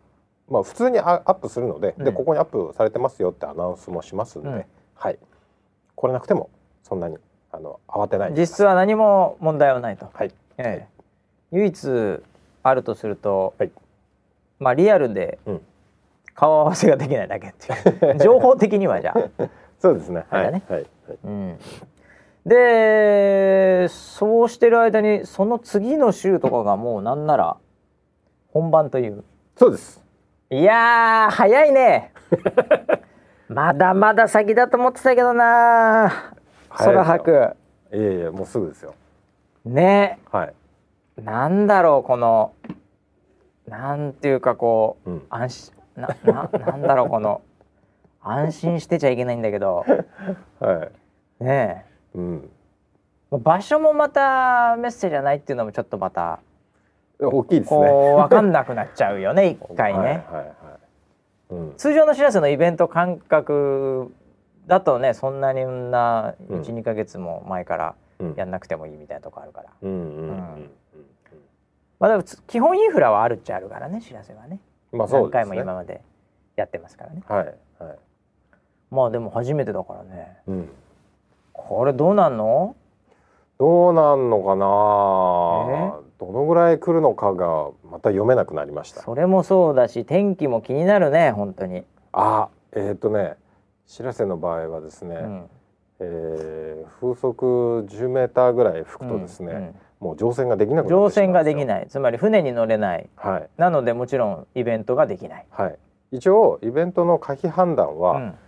[SPEAKER 2] まあ普通にあアップするので、
[SPEAKER 1] う
[SPEAKER 2] で
[SPEAKER 1] ん
[SPEAKER 2] ここにアップされてますよってアナウンスもしますんで、
[SPEAKER 1] うん
[SPEAKER 2] はい。来れなくてもそんなにあの慌てないで。
[SPEAKER 1] 実質は何も問題はないと、
[SPEAKER 2] はい。
[SPEAKER 1] ええ唯一あるとすると、
[SPEAKER 2] はい
[SPEAKER 1] まあリアルで
[SPEAKER 2] うん
[SPEAKER 1] 顔合わせができないだけっていう情報的にはじゃあ
[SPEAKER 2] そうですね。
[SPEAKER 1] あ
[SPEAKER 2] は
[SPEAKER 1] れ
[SPEAKER 2] い、
[SPEAKER 1] だね
[SPEAKER 2] はい、はい。
[SPEAKER 1] うん、でそうしてる間にその次の週とかがもうなんなら本番という
[SPEAKER 2] そうです。
[SPEAKER 1] いやー早いね まだまだ先だと思ってたけどな空
[SPEAKER 2] 早いですよ
[SPEAKER 1] 白
[SPEAKER 2] いやいやもうすぐですよ。
[SPEAKER 1] ね
[SPEAKER 2] はい。
[SPEAKER 1] なんだろうこのなんていうかこう
[SPEAKER 2] うん。
[SPEAKER 1] 安心なななんだろうこの安心してちゃいけないんだけど
[SPEAKER 2] はい。
[SPEAKER 1] ねえ
[SPEAKER 2] うん。
[SPEAKER 1] 場所もまたメッセージじゃないっていうのもちょっとまた
[SPEAKER 2] 大きいですね。
[SPEAKER 1] こう分かんなくなっちゃうよ ね一回ね、
[SPEAKER 2] はいはいはい。うん。
[SPEAKER 1] 通常のしらせのイベント感覚だとねそんなにんな
[SPEAKER 2] うん
[SPEAKER 1] 12、ヶ月も前から
[SPEAKER 2] うん
[SPEAKER 1] やんなくてもいいみたいなとこあるから、
[SPEAKER 2] うんうんうん
[SPEAKER 1] うん
[SPEAKER 2] うん
[SPEAKER 1] まあでもつ基本インフラはあるっちゃあるからねしらせはね
[SPEAKER 2] うん。まあそ
[SPEAKER 1] 何
[SPEAKER 2] うです
[SPEAKER 1] 回
[SPEAKER 2] ね。
[SPEAKER 1] も今までやってますからね
[SPEAKER 2] はいはい。
[SPEAKER 1] まあでも初めてだからね
[SPEAKER 2] うん。
[SPEAKER 1] これどうなんの
[SPEAKER 2] どうなんのかな、どのぐらい来るのかがまた読めなくなりました
[SPEAKER 1] それもそうだし天気も気になるね本当に、
[SPEAKER 2] あえっ、とねしらせの場合はですね、
[SPEAKER 1] うん
[SPEAKER 2] えー風速10メーターぐらい吹くとですね、もう乗船ができな
[SPEAKER 1] う
[SPEAKER 2] く
[SPEAKER 1] ん
[SPEAKER 2] な
[SPEAKER 1] 乗
[SPEAKER 2] ってしま
[SPEAKER 1] 船が
[SPEAKER 2] うんですよ
[SPEAKER 1] できないつまり船に乗れない
[SPEAKER 2] はい
[SPEAKER 1] なのでもちろんイベントができない、
[SPEAKER 2] はい一応イベントの可否判断
[SPEAKER 1] う
[SPEAKER 2] は、
[SPEAKER 1] ん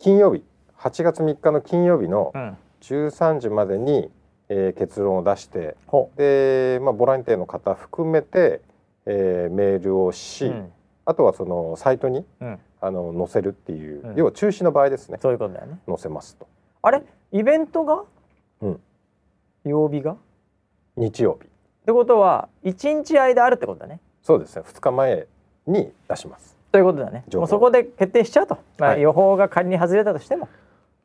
[SPEAKER 2] 金曜日8月3日の金曜日の
[SPEAKER 1] うん、
[SPEAKER 2] 13時までに、えー結論を出して
[SPEAKER 1] ほ
[SPEAKER 2] で、まあ、ボランティアの方含めて、えーメールを
[SPEAKER 1] う、
[SPEAKER 2] し、
[SPEAKER 1] うん
[SPEAKER 2] あとはそのサイトに
[SPEAKER 1] うん、
[SPEAKER 2] あの載せるっていう、
[SPEAKER 1] うん
[SPEAKER 2] 要は中止の場合ですね
[SPEAKER 1] そういうことだよね
[SPEAKER 2] 載せますと
[SPEAKER 1] あれイベントが、
[SPEAKER 2] うん
[SPEAKER 1] 曜日がっ
[SPEAKER 2] 日曜日
[SPEAKER 1] てことは一日間あるってことだね
[SPEAKER 2] そうですね2日前に出します
[SPEAKER 1] ということだね
[SPEAKER 2] 情報
[SPEAKER 1] もうそこで決定しちゃうと、まあ
[SPEAKER 2] はい
[SPEAKER 1] 予報が仮に外れたとしても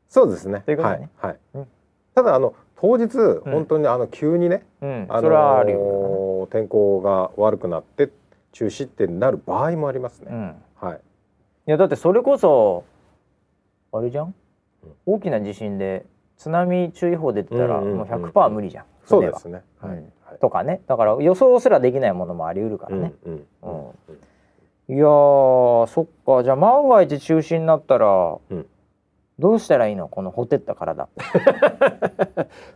[SPEAKER 2] そうですね
[SPEAKER 1] ということね
[SPEAKER 2] はい、はい
[SPEAKER 1] うん
[SPEAKER 2] ただあの当日、
[SPEAKER 1] ん
[SPEAKER 2] 本当にあの急にね、
[SPEAKER 1] うん
[SPEAKER 2] あの
[SPEAKER 1] それはあるよ、
[SPEAKER 2] 天候が悪くなって中止ってなる場合もあります
[SPEAKER 1] う
[SPEAKER 2] ね、
[SPEAKER 1] ん、
[SPEAKER 2] はい
[SPEAKER 1] いやだってそれこそあれじゃん
[SPEAKER 2] うん
[SPEAKER 1] 大きな地震で津波注意報出てたら
[SPEAKER 2] うんうんうん
[SPEAKER 1] もう100%無理じゃん、
[SPEAKER 2] そう
[SPEAKER 1] れ
[SPEAKER 2] で
[SPEAKER 1] は
[SPEAKER 2] すね、
[SPEAKER 1] うん
[SPEAKER 2] はい
[SPEAKER 1] とかねだから予想すらできないものもあり得るからね、
[SPEAKER 2] うんうんうんうん
[SPEAKER 1] いやーそっかじゃあ万が一中止になったら、
[SPEAKER 2] うん
[SPEAKER 1] どうしたらいいのこのほてった体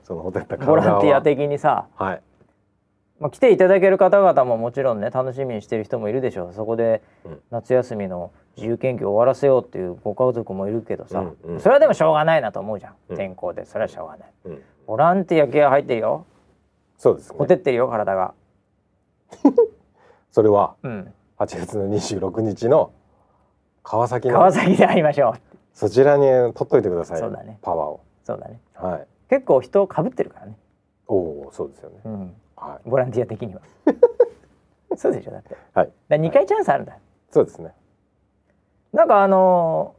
[SPEAKER 2] そのホテル
[SPEAKER 1] ボランティア的にさ
[SPEAKER 2] はい
[SPEAKER 1] まあ、来ていただける方々ももちろんね楽しみにしてる人もいるでしょうそこで
[SPEAKER 2] うん
[SPEAKER 1] 夏休みの自由研究を終わらせようっていうご家族もいるけどさ、
[SPEAKER 2] うんうん
[SPEAKER 1] それはでもしょうがないなと思うじゃん、
[SPEAKER 2] うん
[SPEAKER 1] 天候でそれはしょうがない
[SPEAKER 2] うん、
[SPEAKER 1] ボランティア気合入ってるよ
[SPEAKER 2] そうです
[SPEAKER 1] ほ
[SPEAKER 2] ね
[SPEAKER 1] てってるよ体が
[SPEAKER 2] それは
[SPEAKER 1] うん
[SPEAKER 2] 8月の26日の川崎
[SPEAKER 1] 川
[SPEAKER 2] の
[SPEAKER 1] 崎で会いましょう
[SPEAKER 2] そちらに取っといてください
[SPEAKER 1] そうだね
[SPEAKER 2] パワーを
[SPEAKER 1] そうだね
[SPEAKER 2] はい
[SPEAKER 1] 結構人をかぶってるからね、
[SPEAKER 2] おおーそうですよね
[SPEAKER 1] うん、
[SPEAKER 2] はい
[SPEAKER 1] ボランティア的にはそうでしょだってだか
[SPEAKER 2] はい
[SPEAKER 1] ら2回チャンスあるんだ
[SPEAKER 2] そうですね
[SPEAKER 1] なんかあのー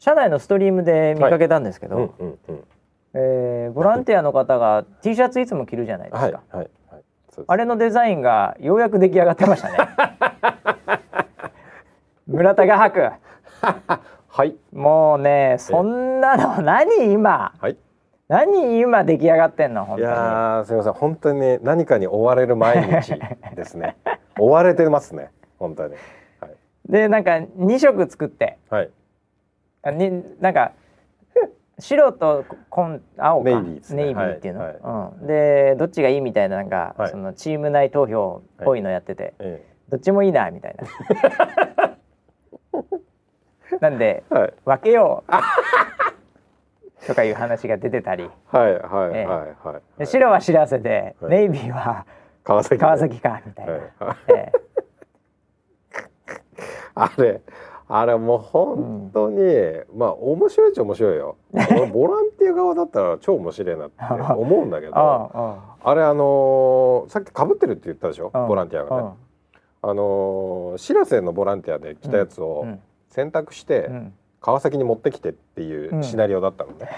[SPEAKER 1] 社内のストリームで見かけたんですけど、
[SPEAKER 2] うんうんうん
[SPEAKER 1] えーボランティアの方が T シャツいつも着るじゃないですか、
[SPEAKER 2] はいはいはいそうです
[SPEAKER 1] あれのデザインがようやく出来上がってま したね村田画伯
[SPEAKER 2] はい
[SPEAKER 1] もうねそんなの何今
[SPEAKER 2] はい
[SPEAKER 1] 何今出来上がってんの本
[SPEAKER 2] い
[SPEAKER 1] 当に
[SPEAKER 2] やーすみません本当にね何かに追われる毎日です ね追われてますね本当にはい
[SPEAKER 1] でなんか2色作って
[SPEAKER 2] はい
[SPEAKER 1] あになんか白とこん青か
[SPEAKER 2] ネイビーですね
[SPEAKER 1] ネイビーっていうの、
[SPEAKER 2] はい
[SPEAKER 1] うん、でどっちがいいみたいななんか、
[SPEAKER 2] はい
[SPEAKER 1] そのチーム内投票っぽいのやってて、
[SPEAKER 2] え
[SPEAKER 1] どっちもいいなみたいな。なんで
[SPEAKER 2] えはい
[SPEAKER 1] 分けようとかいう話が出てたり、
[SPEAKER 2] はい
[SPEAKER 1] え
[SPEAKER 2] はい
[SPEAKER 1] え
[SPEAKER 2] はいはい
[SPEAKER 1] で白は白らせで、
[SPEAKER 2] はい
[SPEAKER 1] ネイビーは
[SPEAKER 2] 川崎
[SPEAKER 1] 川崎かみたいな。
[SPEAKER 2] はいはい
[SPEAKER 1] え
[SPEAKER 2] あれあれもう本当に、まあ面白いっちゃ面白い よ俺ボランティア側だったら超面白いなって思うんだけ
[SPEAKER 1] え
[SPEAKER 2] どあ
[SPEAKER 1] あ
[SPEAKER 2] れあのーさっきかぶってるって言ったでしょ
[SPEAKER 1] あ、うん
[SPEAKER 2] ボランティアがね、あのーしらせのボランティアで来たやつ
[SPEAKER 1] うんう
[SPEAKER 2] を
[SPEAKER 1] ん
[SPEAKER 2] 選択して
[SPEAKER 1] うん
[SPEAKER 2] 川崎に持ってきてっていううんシナリオだったのね、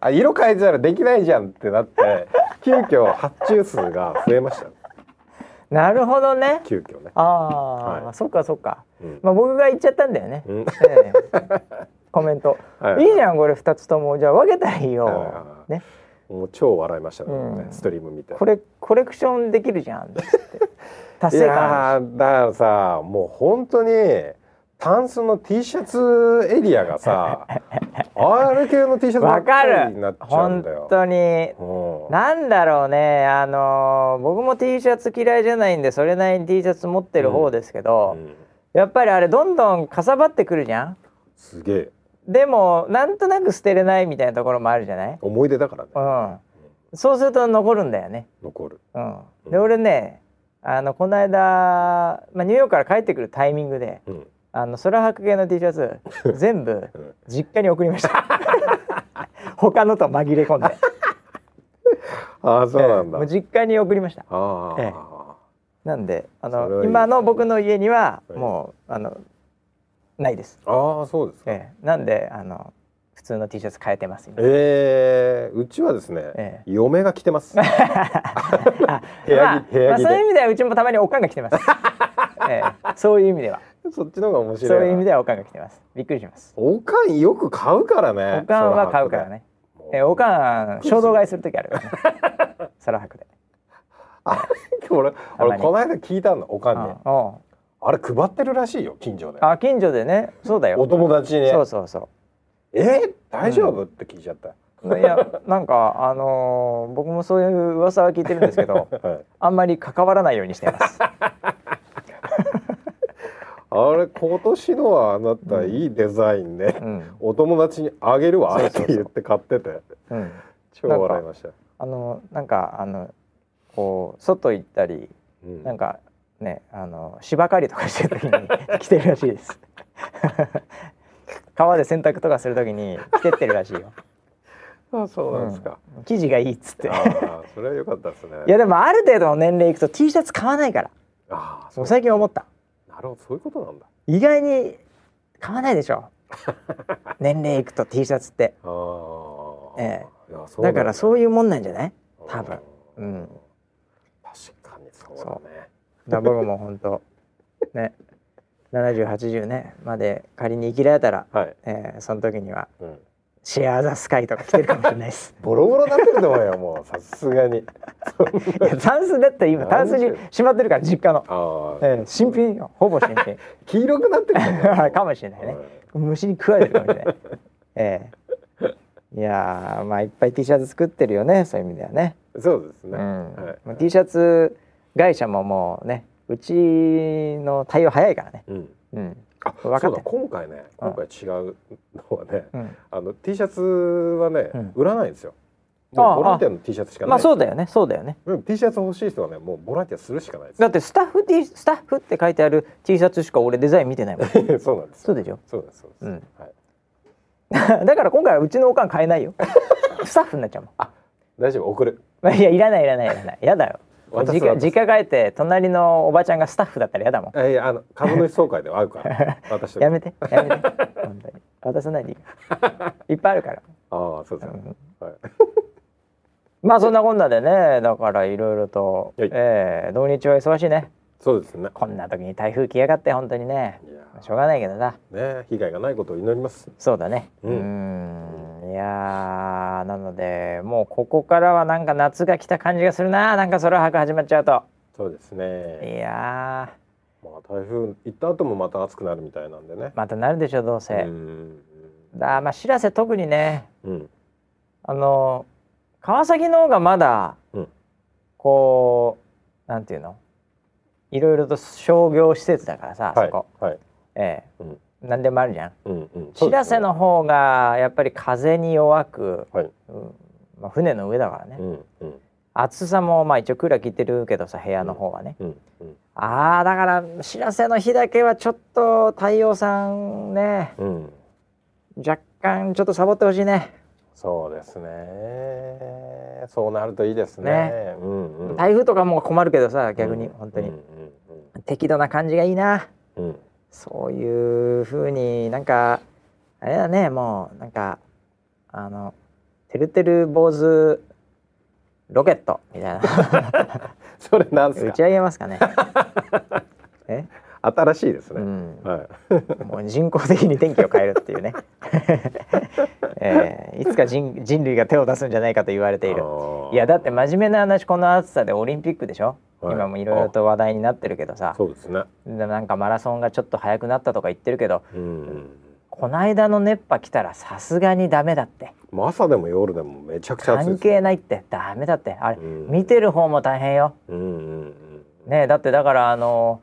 [SPEAKER 2] あ色変えたらできないじゃんってなって 急遽発注数が増えました
[SPEAKER 1] なるほどね。
[SPEAKER 2] 急遽ね、
[SPEAKER 1] ああ、
[SPEAKER 2] はい
[SPEAKER 1] そっかそっか。
[SPEAKER 2] うん
[SPEAKER 1] まあ僕が言っちゃったんだよね。
[SPEAKER 2] うん
[SPEAKER 1] ええ コメント。
[SPEAKER 2] はい
[SPEAKER 1] いいじゃんこれ二つともじゃあ分けたらいい
[SPEAKER 2] はいはいはい
[SPEAKER 1] よ。ね。
[SPEAKER 2] もう超笑いましたね、
[SPEAKER 1] うん
[SPEAKER 2] ストリーム見て
[SPEAKER 1] これコレクションできるじゃん っつって。達
[SPEAKER 2] い
[SPEAKER 1] 成感あ
[SPEAKER 2] やーだからさもう本当にタンスの T シャツエリアが さあれ系の T シャツ
[SPEAKER 1] るし。わか
[SPEAKER 2] ばっかりにな
[SPEAKER 1] る
[SPEAKER 2] っ。ちゃうん
[SPEAKER 1] 本
[SPEAKER 2] だよ。
[SPEAKER 1] 当に
[SPEAKER 2] うん
[SPEAKER 1] なんだろうね、あのー僕も T シャツ嫌いじゃないんでそれなりに T シャツ持ってる方ですけど、
[SPEAKER 2] うん
[SPEAKER 1] やっぱりあれどんどんかさばってくるじゃん
[SPEAKER 2] すげえ
[SPEAKER 1] でもなんとなく捨てれないみたいなところもあるじゃない、
[SPEAKER 2] 思い出だからね
[SPEAKER 1] うん、そうすると残るんだよね、
[SPEAKER 2] 残る。
[SPEAKER 1] うん、
[SPEAKER 2] うん
[SPEAKER 1] で俺ねあのこの間、まあ、ニューヨークから帰ってくるタイミングで
[SPEAKER 2] うん
[SPEAKER 1] あの空白系の T シャ ツ全部
[SPEAKER 2] うん
[SPEAKER 1] 実家に送りました他のと紛れ込んで
[SPEAKER 2] ああそうなんだ。
[SPEAKER 1] もう実家に送りました
[SPEAKER 2] ああ、
[SPEAKER 1] ええなんであ
[SPEAKER 2] それは
[SPEAKER 1] の
[SPEAKER 2] いい
[SPEAKER 1] 今の僕の家には
[SPEAKER 2] はい
[SPEAKER 1] もう、あのないです、
[SPEAKER 2] ああそうですか。え
[SPEAKER 1] ええ、なんであの普通の T シャツ変えてます今
[SPEAKER 2] えうちはですね、
[SPEAKER 1] え
[SPEAKER 2] 嫁が着て ます。
[SPEAKER 1] あ
[SPEAKER 2] 部屋着
[SPEAKER 1] まあ
[SPEAKER 2] 部屋着で
[SPEAKER 1] まあ、そういう意味ではうちもたまにおかんが来て ます、ええ、そういう意味では
[SPEAKER 2] そっちの方が面
[SPEAKER 1] そ
[SPEAKER 2] 白
[SPEAKER 1] う
[SPEAKER 2] いな。
[SPEAKER 1] いう意味ではおかんが来てますびっくりします
[SPEAKER 2] おかんよく買うからね。
[SPEAKER 1] おかんは買うからね、ええ、お
[SPEAKER 2] ん。
[SPEAKER 1] かん衝動買いする時あるからね空白で
[SPEAKER 2] あ 俺
[SPEAKER 1] たま
[SPEAKER 2] 俺
[SPEAKER 1] に
[SPEAKER 2] この間聞いたのおかんに、
[SPEAKER 1] あおう
[SPEAKER 2] あれ配ってるらしいよ近所で。
[SPEAKER 1] あ近所でねそうだ
[SPEAKER 2] お
[SPEAKER 1] よ
[SPEAKER 2] 友達に
[SPEAKER 1] そうそうそ
[SPEAKER 2] 「えー大丈夫?」って聞いちゃった。
[SPEAKER 1] ういやなんかあのー僕もそういう噂は聞いてるんですけ ど
[SPEAKER 2] はい
[SPEAKER 1] あんまり関わらないようにしてます。
[SPEAKER 2] あれ今年のはあなたいいデザインね、
[SPEAKER 1] うん、
[SPEAKER 2] お友達にあげるわ
[SPEAKER 1] そう
[SPEAKER 2] っ
[SPEAKER 1] そうそう
[SPEAKER 2] て言って買ってて
[SPEAKER 1] うん、
[SPEAKER 2] 超笑いました。
[SPEAKER 1] あのなんかあのこう外行ったり
[SPEAKER 2] うん
[SPEAKER 1] なんかねあの芝刈りとかしてる時に着てるらしいです。川で洗濯とかする時に着てってるらしいよ。
[SPEAKER 2] あそうなんですか。
[SPEAKER 1] うん生地がいいっつって。
[SPEAKER 2] ああそれは良かったですね。
[SPEAKER 1] いやでもある程度の年齢いくと T シャツ買わないから。
[SPEAKER 2] ああそ
[SPEAKER 1] も
[SPEAKER 2] う
[SPEAKER 1] う最近思った。
[SPEAKER 2] なるほどそういうことなんだ。
[SPEAKER 1] 意外に買わないでし ょ。年齢いくと T シャツって。
[SPEAKER 2] ああ、
[SPEAKER 1] え
[SPEAKER 2] え、いやそう
[SPEAKER 1] だからそう
[SPEAKER 2] い
[SPEAKER 1] いうもんなんじゃない？
[SPEAKER 2] う
[SPEAKER 1] 多分うん。
[SPEAKER 2] 確かにそうだね。
[SPEAKER 1] だから僕も本当ね7080ねまで仮に生きられたら、
[SPEAKER 2] はい。
[SPEAKER 1] えーその時には
[SPEAKER 2] うん
[SPEAKER 1] シェア・ザ・スカイとか来てるかもしれないです
[SPEAKER 2] ボロボロになってると思うよもうさすがに。
[SPEAKER 1] いやタンスだって今タンスにしまってるから実家の、
[SPEAKER 2] ああ、
[SPEAKER 1] えー新品よほぼ新 品
[SPEAKER 2] 黄色くなってると思 うよもう
[SPEAKER 1] かもしれないね
[SPEAKER 2] はい
[SPEAKER 1] 虫に食われてるかもしれない、 えーいやーまあいっぱい T シャツ作ってるよねそういう意味ではね、
[SPEAKER 2] そうです
[SPEAKER 1] う
[SPEAKER 2] ね。
[SPEAKER 1] ん
[SPEAKER 2] はい
[SPEAKER 1] まあ T シャツ会社ももうねうちの対応早いからね、
[SPEAKER 2] うん。
[SPEAKER 1] うん
[SPEAKER 2] あ、
[SPEAKER 1] 分かって
[SPEAKER 2] そ
[SPEAKER 1] る
[SPEAKER 2] うだ。今回ね、
[SPEAKER 1] うん
[SPEAKER 2] 今回違うのはね、
[SPEAKER 1] うん、
[SPEAKER 2] あの T シャツはね、
[SPEAKER 1] うん
[SPEAKER 2] 売らないんですよ。
[SPEAKER 1] あ
[SPEAKER 2] も
[SPEAKER 1] あ
[SPEAKER 2] うボランティアの T シャツしかない。
[SPEAKER 1] まあそうだよねそうだよね
[SPEAKER 2] うん T シャツ欲しい人はね、もうボランティアするしかないです
[SPEAKER 1] だ。ってスタッフ T スタッフって書いてある T シャツしか俺デザイン見てないもん
[SPEAKER 2] そうなんです
[SPEAKER 1] そう
[SPEAKER 2] よ。
[SPEAKER 1] でしょ
[SPEAKER 2] そうなんです。そうなんです。はい。
[SPEAKER 1] だから今回はうちのおかん買えないよ スタッフになっちゃうもん
[SPEAKER 2] 大丈夫、送る。
[SPEAKER 1] ま あいやいらないいらないいらないやだよ
[SPEAKER 2] 渡す
[SPEAKER 1] 実家
[SPEAKER 2] 渡す
[SPEAKER 1] 実家帰って隣のおばちゃんがスタッフだったらやだもん
[SPEAKER 2] あいや、あの株主総会で会 うから、私と。
[SPEAKER 1] やめてやめて 本当に渡さないでいいよいっぱいあるから
[SPEAKER 2] ああ、そうです
[SPEAKER 1] う
[SPEAKER 2] ね。
[SPEAKER 1] ん
[SPEAKER 2] はい。
[SPEAKER 1] まあそんなこんなでねだからいろいろと、
[SPEAKER 2] はい
[SPEAKER 1] ええ土日は忙しいね
[SPEAKER 2] そうですね。
[SPEAKER 1] こんな時に台風来やがって本当にね
[SPEAKER 2] いや
[SPEAKER 1] しょうがないけどさ
[SPEAKER 2] ー、ね、被害がないことを祈ります。
[SPEAKER 1] そうだねう
[SPEAKER 2] う
[SPEAKER 1] ーんいやーなのでもうここからはなんか夏が来た感じがするななんかソロ博始まっちゃうと
[SPEAKER 2] そうです
[SPEAKER 1] い
[SPEAKER 2] ね。
[SPEAKER 1] や
[SPEAKER 2] まあ、台風行った後もまた暑くなるみたいなんでね
[SPEAKER 1] ー。またなるでしょどうせ、
[SPEAKER 2] うん。
[SPEAKER 1] だまあしらせ特にね
[SPEAKER 2] うん。
[SPEAKER 1] あの川崎の方がまだ、
[SPEAKER 2] うん
[SPEAKER 1] こうなんていうのいろいろと商業施設だからさ、
[SPEAKER 2] は
[SPEAKER 1] そ
[SPEAKER 2] い
[SPEAKER 1] こ、。
[SPEAKER 2] はい。
[SPEAKER 1] ええ
[SPEAKER 2] うん
[SPEAKER 1] 何でもあるじゃん。
[SPEAKER 2] うん。うん。
[SPEAKER 1] しらせの方がやっぱり風に弱く、
[SPEAKER 2] そうですね。はい。
[SPEAKER 1] うんまあ、船の上だからね、
[SPEAKER 2] うん。うん。
[SPEAKER 1] 暑さもまあ一応クーラー効いてるけどさ部屋の方はね、
[SPEAKER 2] うん。うん。
[SPEAKER 1] ああだからしらせの日だけはちょっと太陽さんね
[SPEAKER 2] うん。
[SPEAKER 1] 若干ちょっとサボってほしいね、
[SPEAKER 2] そうですね。そうなるといいですね。
[SPEAKER 1] ね
[SPEAKER 2] うんうん。
[SPEAKER 1] 台風とかも困るけどさ逆に、本当に、
[SPEAKER 2] うん
[SPEAKER 1] 適度な感じがいいな
[SPEAKER 2] うんうんうん。
[SPEAKER 1] そういう風になんかあれだねもうなんかあの「てるてる坊主ロケット」みたいな
[SPEAKER 2] それなんです
[SPEAKER 1] 打
[SPEAKER 2] か
[SPEAKER 1] ち。上げます かねえ、
[SPEAKER 2] 新しいです
[SPEAKER 1] う
[SPEAKER 2] ね。
[SPEAKER 1] ん、
[SPEAKER 2] はい。
[SPEAKER 1] もう人工的に天気を変えるっていう ね、えーいつか人人類が手を出すんじゃないかと言われている
[SPEAKER 2] あー
[SPEAKER 1] いやだって真面目な話この暑さでオリンピックでしょ、
[SPEAKER 2] はい
[SPEAKER 1] 今もいろいろと話題になってるけどさ
[SPEAKER 2] そうですね。
[SPEAKER 1] でなんかマラソンがちょっと早くなったとか言ってるけど
[SPEAKER 2] うん。
[SPEAKER 1] この間の熱波来たらさすがにダメだって
[SPEAKER 2] もう朝でも夜でもめちゃくちゃ暑い
[SPEAKER 1] 関
[SPEAKER 2] ですね。
[SPEAKER 1] 係ないってダメだってあれ、
[SPEAKER 2] うん
[SPEAKER 1] 見てる方も大変よ
[SPEAKER 2] うんうん
[SPEAKER 1] ねえだってだからあの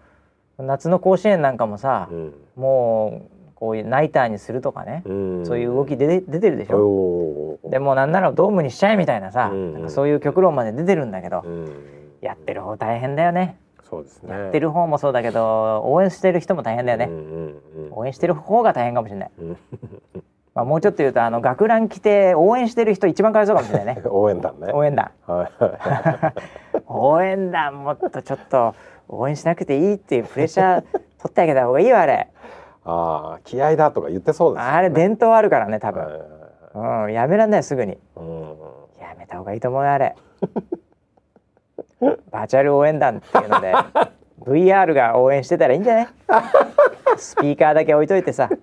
[SPEAKER 1] 夏の甲子園なんかもさ
[SPEAKER 2] う、ん。
[SPEAKER 1] もうこういうナイターにするとかね、
[SPEAKER 2] うん。ん
[SPEAKER 1] そういう動き出て出てるでしょ、
[SPEAKER 2] おー
[SPEAKER 1] でもうなんならドームにしちゃえみたいなさ、
[SPEAKER 2] うん
[SPEAKER 1] なんかそういう極論まで出てるんだけど、
[SPEAKER 2] うん。
[SPEAKER 1] やってる方大変だよね
[SPEAKER 2] そうですね。
[SPEAKER 1] やってる方もそうだけど応援してる人も大変だよね、
[SPEAKER 2] うんうんうん。
[SPEAKER 1] 応援してる方が大変かもしれない、
[SPEAKER 2] うん
[SPEAKER 1] まあ、もうちょっと言うとあの学ラン着て応援してる人一番かわいそうかもしれない ね
[SPEAKER 2] 応援団ね。
[SPEAKER 1] 応援団
[SPEAKER 2] はいは
[SPEAKER 1] 応援団もっとちょっと応援しなくていいっていうプレッシャー取ってあげた方がいいよあれ
[SPEAKER 2] い。ああ、気合だとか言ってそうですよね。
[SPEAKER 1] あれ伝統あるからね多分、
[SPEAKER 2] はいはい
[SPEAKER 1] うん、やめらんないすぐに
[SPEAKER 2] はい。
[SPEAKER 1] やめた方がいいと思うよあれバーチャル応援団っていうので VR が応援してたらいいんじゃないスピーカーだけ置いといてさ、ね、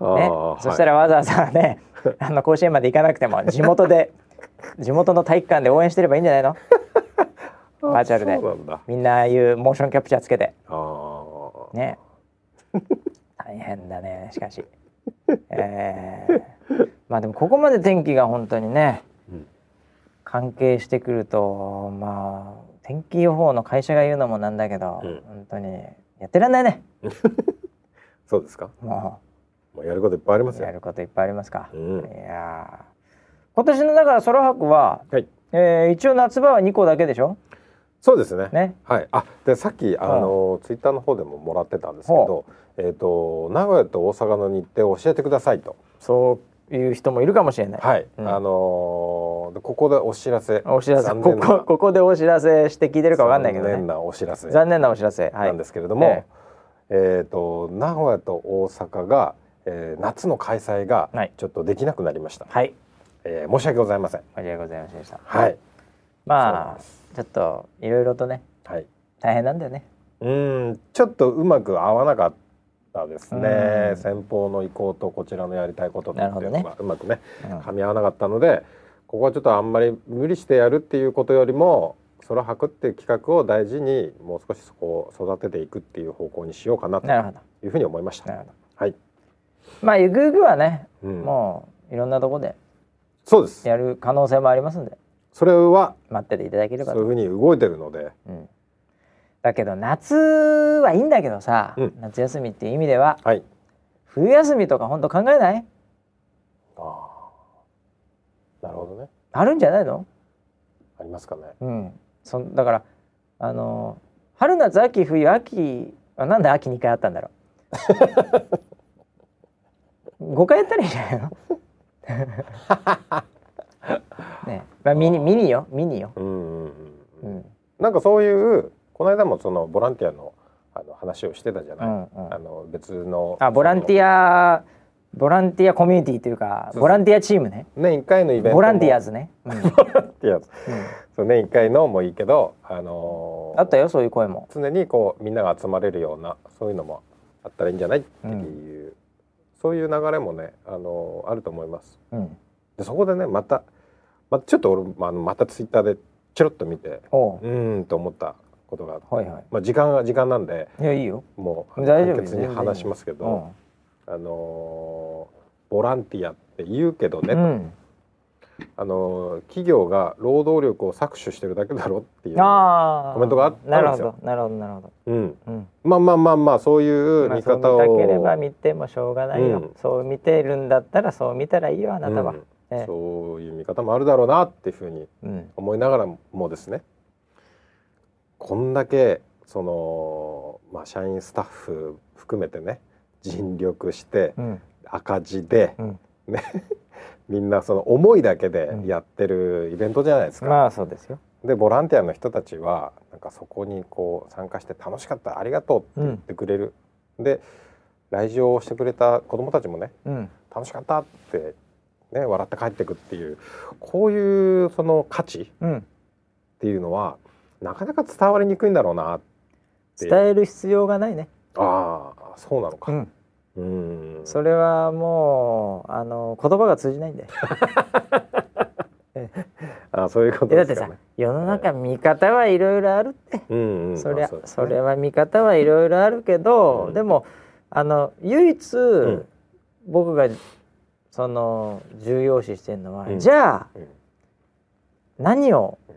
[SPEAKER 2] うん。ああ
[SPEAKER 1] そした
[SPEAKER 2] はい
[SPEAKER 1] らわざわざねあの甲子園まで行かなくても地元で地元の体育館で応援してればいいんじゃ ないのバーチャルで
[SPEAKER 2] そうなんだ。
[SPEAKER 1] みんなああいうモーションキャプチャーつけて
[SPEAKER 2] ああ。
[SPEAKER 1] ね大変だねしかしえーまあでもここまで天気が本当にね、
[SPEAKER 2] うん
[SPEAKER 1] 関係してくるとまあ天気予報の会社が言うのもなんだけど、
[SPEAKER 2] うん
[SPEAKER 1] 本当にやってらんないね
[SPEAKER 2] そうですか。
[SPEAKER 1] も
[SPEAKER 2] もうやることいっぱいあります
[SPEAKER 1] うや
[SPEAKER 2] よ。
[SPEAKER 1] ることいっぱいありますか、
[SPEAKER 2] うん
[SPEAKER 1] いやー今年のだからソロ博は、
[SPEAKER 2] はい。
[SPEAKER 1] えー一応夏場は2個だけでしょ
[SPEAKER 2] そうですね。
[SPEAKER 1] ね
[SPEAKER 2] はい。あ、でさっきあの、ツイッターの方でももらってたんですけど、えっ、と名古屋と大阪の日程を教えてくださいと。
[SPEAKER 1] そういう人もいるかもしれない、
[SPEAKER 2] はい。
[SPEAKER 1] うん
[SPEAKER 2] あのーでここでお知らせ。
[SPEAKER 1] お知らせ
[SPEAKER 2] 残
[SPEAKER 1] こ
[SPEAKER 2] 念な
[SPEAKER 1] こここでお知らせして聞いてるかわかんないけど
[SPEAKER 2] 残念
[SPEAKER 1] ね
[SPEAKER 2] なお知らせ
[SPEAKER 1] 残念なお知らせ、はい、
[SPEAKER 2] なんですけれども、
[SPEAKER 1] え
[SPEAKER 2] えっ、と名古屋と大阪が、えー夏の開催が
[SPEAKER 1] はい
[SPEAKER 2] ちょっとできなくなりました。
[SPEAKER 1] はい、
[SPEAKER 2] えー申し訳ございません。
[SPEAKER 1] ありがとうございませんでした。
[SPEAKER 2] はい。そうなん
[SPEAKER 1] ま
[SPEAKER 2] で
[SPEAKER 1] あ、ちょっといろいろとね、
[SPEAKER 2] はい。
[SPEAKER 1] 大変なんだよね。
[SPEAKER 2] うーんちょっとうまく合わなかったです
[SPEAKER 1] う
[SPEAKER 2] ね
[SPEAKER 1] ん
[SPEAKER 2] 先方の意向とこちらのやりたいこととって
[SPEAKER 1] ないるほど
[SPEAKER 2] う
[SPEAKER 1] ね
[SPEAKER 2] のがうまくね
[SPEAKER 1] うん
[SPEAKER 2] 噛み合わなかったのでここはちょっとあんまり無理してやるっていうことよりもそらくっていう企画を大事にもう少しそこを育てていくっていう方向にしようかなと
[SPEAKER 1] なるほど、
[SPEAKER 2] いうふうに思いまし
[SPEAKER 1] なる
[SPEAKER 2] た。
[SPEAKER 1] ほど。
[SPEAKER 2] はい、
[SPEAKER 1] まあ、ゆくゆくはね、
[SPEAKER 2] うん、
[SPEAKER 1] もういろんなとこで
[SPEAKER 2] そうです
[SPEAKER 1] やる可能性もありますんで、
[SPEAKER 2] それは
[SPEAKER 1] 待ってていただければ
[SPEAKER 2] そう
[SPEAKER 1] と。
[SPEAKER 2] いうふうに動いてるので
[SPEAKER 1] うんだけど夏はいいんだけどさ、
[SPEAKER 2] うん
[SPEAKER 1] 夏休みっていう意味では
[SPEAKER 2] はい。
[SPEAKER 1] 冬休みとか本当考えない
[SPEAKER 2] ああ。なるほどね。
[SPEAKER 1] あるんじゃないの
[SPEAKER 2] ありますかね。
[SPEAKER 1] うん、そんだからあの春夏秋冬秋あなんで秋2回あったんだろう5回やったらいいじゃないの ねまあ、ミニミニよミニよ、
[SPEAKER 2] うんうんう
[SPEAKER 1] うん
[SPEAKER 2] うん。
[SPEAKER 1] ん
[SPEAKER 2] なんかそういうこの間もそのボランティアのあの話をしてたじゃ
[SPEAKER 1] う
[SPEAKER 2] ない。
[SPEAKER 1] んうん
[SPEAKER 2] あの別の
[SPEAKER 1] あボランテ
[SPEAKER 2] ィ
[SPEAKER 1] ィアボランティアコミュニティというか
[SPEAKER 2] そう
[SPEAKER 1] ボランティアチームね
[SPEAKER 2] ア年一回のイベントも
[SPEAKER 1] ボランティアーズね、うん うん
[SPEAKER 2] ボランティアズそう年一回のもいいけどあのー
[SPEAKER 1] あったよそういう声も
[SPEAKER 2] 常にこうみんなが集まれるようなそういうのもあったらいいんじゃないっていう、そういう流れもねあのあると思います。
[SPEAKER 1] うん
[SPEAKER 2] でそこでねまたまちょっと俺まあのまたツイッターでちょろっと見て
[SPEAKER 1] おう
[SPEAKER 2] うーんと思ったことがあって、
[SPEAKER 1] はいはい
[SPEAKER 2] まあ時間が時間なんで
[SPEAKER 1] いやいいよ、
[SPEAKER 2] もう
[SPEAKER 1] 大丈夫
[SPEAKER 2] 簡潔に話しますけ
[SPEAKER 1] う
[SPEAKER 2] ど、
[SPEAKER 1] ん
[SPEAKER 2] あのーボランティアって言うけどね、
[SPEAKER 1] うん、
[SPEAKER 2] あのー企業が労働力を搾取してるだけだろっていう、
[SPEAKER 1] あー
[SPEAKER 2] コメントがあったんですよ
[SPEAKER 1] なるほどなるほどなるほど
[SPEAKER 2] うん、
[SPEAKER 1] うん
[SPEAKER 2] まあまあまあまあそういう
[SPEAKER 1] まあ
[SPEAKER 2] 見
[SPEAKER 1] そう見
[SPEAKER 2] 方
[SPEAKER 1] たけれ
[SPEAKER 2] を、
[SPEAKER 1] ば見てもしょうがないよ、
[SPEAKER 2] うん
[SPEAKER 1] そう見てるんだったらそう見たらいいよあなたは、
[SPEAKER 2] うん
[SPEAKER 1] ええ
[SPEAKER 2] そういう見方もあるだろうなっていうふうに
[SPEAKER 1] うん
[SPEAKER 2] 思いながらもですねこんだけその、まあ、社員スタッフ含めてね尽力して
[SPEAKER 1] うん
[SPEAKER 2] 赤字で、
[SPEAKER 1] うん
[SPEAKER 2] ね、みんなその思いだけでやってるイベントじゃないですか。
[SPEAKER 1] まあそうですよ、
[SPEAKER 2] でボランティアの人たちはなんかそこにこう参加して楽しかったありがとうって
[SPEAKER 1] う
[SPEAKER 2] 言っ
[SPEAKER 1] ん
[SPEAKER 2] てくれる。で来場してくれた子どもたちもね
[SPEAKER 1] うん、
[SPEAKER 2] 楽しかったって、ね、笑って帰ってくっていうこういうその価値
[SPEAKER 1] うん、
[SPEAKER 2] っていうのはなかなか伝わりにくいんだろうなって
[SPEAKER 1] 伝える必要がないね、
[SPEAKER 2] ああそうなの
[SPEAKER 1] う
[SPEAKER 2] か
[SPEAKER 1] ん、
[SPEAKER 2] うん
[SPEAKER 1] それはもうあの言葉が通じないんだよ
[SPEAKER 2] あそういうこ
[SPEAKER 1] え
[SPEAKER 2] と
[SPEAKER 1] だ
[SPEAKER 2] で
[SPEAKER 1] って
[SPEAKER 2] す
[SPEAKER 1] さ
[SPEAKER 2] かね
[SPEAKER 1] 世の中見方はいろいろあるって、
[SPEAKER 2] うんうん
[SPEAKER 1] そりゃ
[SPEAKER 2] あうです
[SPEAKER 1] そ
[SPEAKER 2] ね
[SPEAKER 1] れは見方はいろいろあるけど、
[SPEAKER 2] うん
[SPEAKER 1] でもあの唯一、
[SPEAKER 2] ん
[SPEAKER 1] 僕がその重要視してるのは、
[SPEAKER 2] うん
[SPEAKER 1] じゃあ
[SPEAKER 2] うん
[SPEAKER 1] 何を
[SPEAKER 2] うん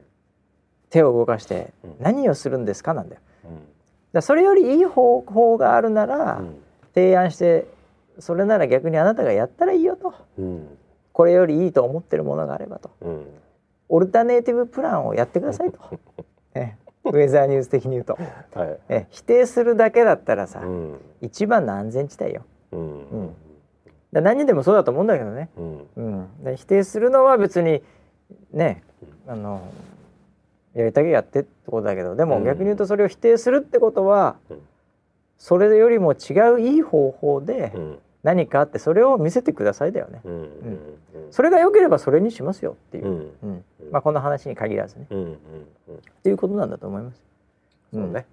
[SPEAKER 1] 手を動かして
[SPEAKER 2] うん
[SPEAKER 1] 何をするんですかなんだよ。だからそれよりいい方法があるなら提案してそれなら逆にあなたがやったらいいよと
[SPEAKER 2] うん
[SPEAKER 1] これよりいいと思ってるものがあればと
[SPEAKER 2] うんうん
[SPEAKER 1] オルタネイティブプランをやってくださ いと、ええウェザーニュース的に言うと、
[SPEAKER 2] はい
[SPEAKER 1] ええ否定するだけだったらさ、
[SPEAKER 2] うん
[SPEAKER 1] 一番の安全地帯よ。
[SPEAKER 2] うん
[SPEAKER 1] うんだから何にでもそうだと思うんだけどね、
[SPEAKER 2] うん
[SPEAKER 1] うん、で否定するのは別にねあのやりたけやってってことだけどで
[SPEAKER 2] う
[SPEAKER 1] も
[SPEAKER 2] ん
[SPEAKER 1] 逆に言うとそれを否定するってことは、
[SPEAKER 2] うん
[SPEAKER 1] それよりも違ういい方法で
[SPEAKER 2] うん
[SPEAKER 1] 何かあってそれを見せてくださいだよね。
[SPEAKER 2] うんうんうん
[SPEAKER 1] それが良ければそれにしますよっていう、
[SPEAKER 2] うん
[SPEAKER 1] うんまあ、この話に限らずね
[SPEAKER 2] うんうんうん
[SPEAKER 1] っていうことなんだと思います。
[SPEAKER 2] そうんね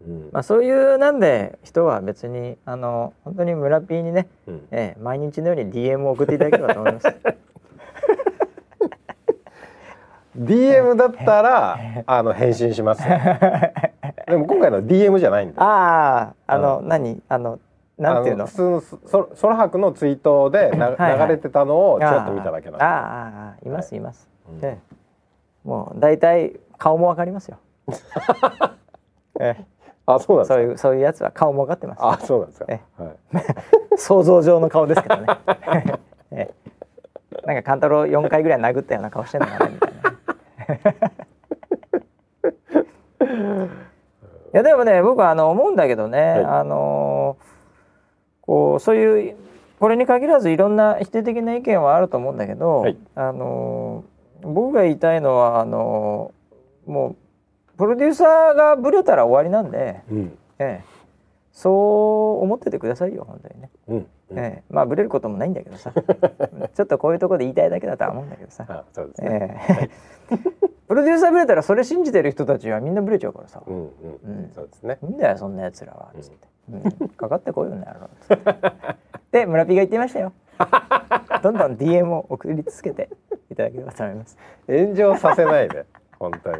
[SPEAKER 2] うん
[SPEAKER 1] まあ、そういうなんで人は別にあの本当に村ピーにね、
[SPEAKER 2] うん
[SPEAKER 1] ええ、毎日のように DM を送っていただければと思い ます。
[SPEAKER 2] DM だったらあの返信しますよでも今回の DM じゃないんで
[SPEAKER 1] あああの、
[SPEAKER 2] う
[SPEAKER 1] 何あのなんていうの
[SPEAKER 2] あ普通のそそそらはくのツイートでな
[SPEAKER 1] はいはい
[SPEAKER 2] 流れてたのをちょっと見ただけなんで
[SPEAKER 1] あああああいますいます、
[SPEAKER 2] うん
[SPEAKER 1] ええもう大体顔もわかり ますよ、え
[SPEAKER 2] あ、そうな
[SPEAKER 1] え
[SPEAKER 2] んです
[SPEAKER 1] そういうそ
[SPEAKER 2] か。
[SPEAKER 1] ういうやつは顔もわかってます
[SPEAKER 2] あ、そうなんですか。
[SPEAKER 1] え
[SPEAKER 2] はい。
[SPEAKER 1] 想像上の顔ですけどね、 ええ、なんか勘太郎4回ぐらい殴ったような顔してんのかなみたいないやでもね僕はあの思うんだけどね、
[SPEAKER 2] い
[SPEAKER 1] あのこうそういうこれに限らずいろんな否定的な意見はあると思うんだけど、
[SPEAKER 2] はい
[SPEAKER 1] あの僕が言いたいのはあのもうプロデューサーがブレたら終わりなんで、
[SPEAKER 2] うん。
[SPEAKER 1] ええ、そう思っててくださいよ本当にね。
[SPEAKER 2] うん。うん
[SPEAKER 1] ええ、まあブレることもないんだけ どさちょっとこういうところで言いたいだけだ とは思うんだけどさ、
[SPEAKER 2] あ、そうです
[SPEAKER 1] え
[SPEAKER 2] ね。
[SPEAKER 1] え、プロデューサーブレたらそれ信じてる人たちはみんなブレちゃうからさ「
[SPEAKER 2] うん。う
[SPEAKER 1] うん
[SPEAKER 2] ん。そうですね。
[SPEAKER 1] いいんだよそんなやつらは」つって、うんかかってこいよなやろ」つってで村 P が言ってましたよどんどん DM を送り続けていただければと思います
[SPEAKER 2] 炎上させないで。本当に。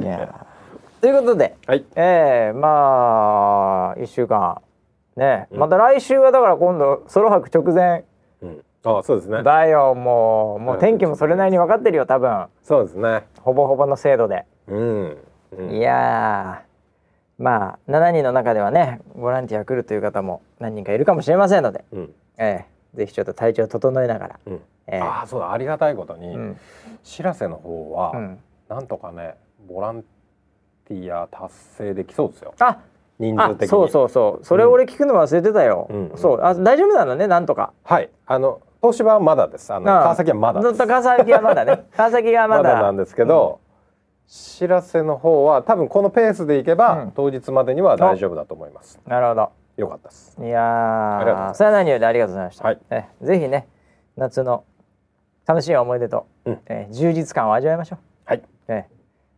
[SPEAKER 1] いやーということで
[SPEAKER 2] はい。
[SPEAKER 1] ええまあ1週間ね、
[SPEAKER 2] うん
[SPEAKER 1] また来週はだから今度ソロ泊直前
[SPEAKER 2] うん。あ、そうですね。
[SPEAKER 1] だよもうもう天気もそれなりに分かってるよ多分
[SPEAKER 2] そうですね。
[SPEAKER 1] ほぼほぼの精度で
[SPEAKER 2] うん、うん
[SPEAKER 1] いやーまあ7人の中ではねボランティア来るという方も何人かいるかもしれませんので、
[SPEAKER 2] うん
[SPEAKER 1] ええぜひちょっと体調整えながら、
[SPEAKER 2] うん
[SPEAKER 1] ええ
[SPEAKER 2] ああそうだありがたいことに、
[SPEAKER 1] うん
[SPEAKER 2] しらせの方は、
[SPEAKER 1] うん、
[SPEAKER 2] なんとかねボランティア達成できそうですよ
[SPEAKER 1] あ
[SPEAKER 2] 人
[SPEAKER 1] あ
[SPEAKER 2] 数的に
[SPEAKER 1] そうそうそうそれ俺聞くの忘れてたよ、
[SPEAKER 2] うんうん
[SPEAKER 1] そうあ大丈夫なのねなんとか
[SPEAKER 2] はいあの東芝はまだですあの
[SPEAKER 1] ああ
[SPEAKER 2] 川崎はまだ
[SPEAKER 1] ず
[SPEAKER 2] で
[SPEAKER 1] っ
[SPEAKER 2] す
[SPEAKER 1] と川崎はまだ ね川崎がまだ
[SPEAKER 2] なんですけど、しらせの方は多分このペースでいけば、
[SPEAKER 1] うん
[SPEAKER 2] 当日までには大丈夫だと思います
[SPEAKER 1] なるほど
[SPEAKER 2] よかったです
[SPEAKER 1] いやー
[SPEAKER 2] ありがとうございます
[SPEAKER 1] それは何よりありがとうございました、
[SPEAKER 2] はい
[SPEAKER 1] ええぜひね夏の楽しい思い出と、
[SPEAKER 2] うん
[SPEAKER 1] ええ充実感を味わいましょう
[SPEAKER 2] はい
[SPEAKER 1] ええ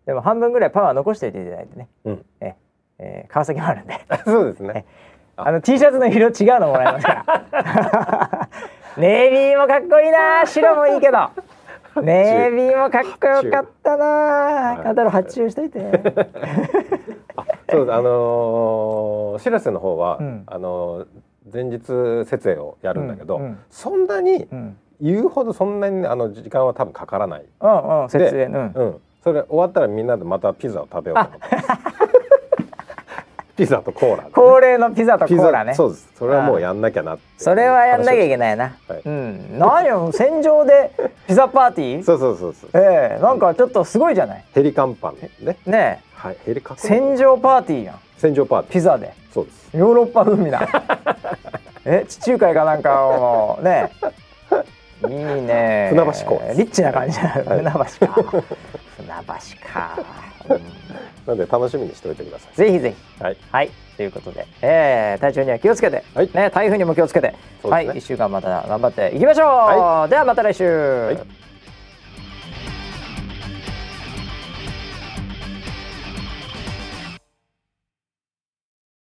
[SPEAKER 1] でも半分ぐらいパワー残しておいていただいてね、
[SPEAKER 2] うん
[SPEAKER 1] ええええ川崎もあるんで
[SPEAKER 2] そうですね
[SPEAKER 1] あの T シャツの色違うのもらえますから ネイビーもかっこいいな白もいいけどネイビーもかっこよかったな
[SPEAKER 2] 発注
[SPEAKER 1] カタロ発注しと いて
[SPEAKER 2] そうですあのーしらせの方は、
[SPEAKER 1] うん
[SPEAKER 2] あのー前日設営をやるんだけど、
[SPEAKER 1] うんうん
[SPEAKER 2] そんなに
[SPEAKER 1] うん
[SPEAKER 2] 言うほどそんなにあの時間は多分かからない、
[SPEAKER 1] うんうん節電うん
[SPEAKER 2] うん、それ終わったらみんなでまたピザを食べようと思ってます ピザとコーラで
[SPEAKER 1] 恒例のピザとコ
[SPEAKER 2] ピザ
[SPEAKER 1] ーラね
[SPEAKER 2] そうですそれはもうやんなきゃなって
[SPEAKER 1] それはやんなきゃいけないな。
[SPEAKER 2] はい
[SPEAKER 1] うん。何よ戦場でピザパーティー？
[SPEAKER 2] そうそうそうそう
[SPEAKER 1] ええなんかちょっとすごいじゃない。
[SPEAKER 2] ヘリカンパンね
[SPEAKER 1] ねえ、
[SPEAKER 2] はいヘリカンパン
[SPEAKER 1] 戦場パーティーやん。
[SPEAKER 2] 戦場パーティー
[SPEAKER 1] ピザで
[SPEAKER 2] そうです
[SPEAKER 1] ヨーロッパ風味 だ。え、地中海かなんかをねえ。いいね。
[SPEAKER 2] 船橋コース
[SPEAKER 1] リッチな感じだ。船橋か。船橋か。うん
[SPEAKER 2] なので楽しみにしておいてくださ
[SPEAKER 1] ぜひぜひ。
[SPEAKER 2] いはい
[SPEAKER 1] はい、ということで、えー、体調には気をつけて、
[SPEAKER 2] はい
[SPEAKER 1] ね、台風にも気をつけて、
[SPEAKER 2] そうです
[SPEAKER 1] は
[SPEAKER 2] ね
[SPEAKER 1] い、一週間また頑張っていきましょう。ではまた来週。
[SPEAKER 2] い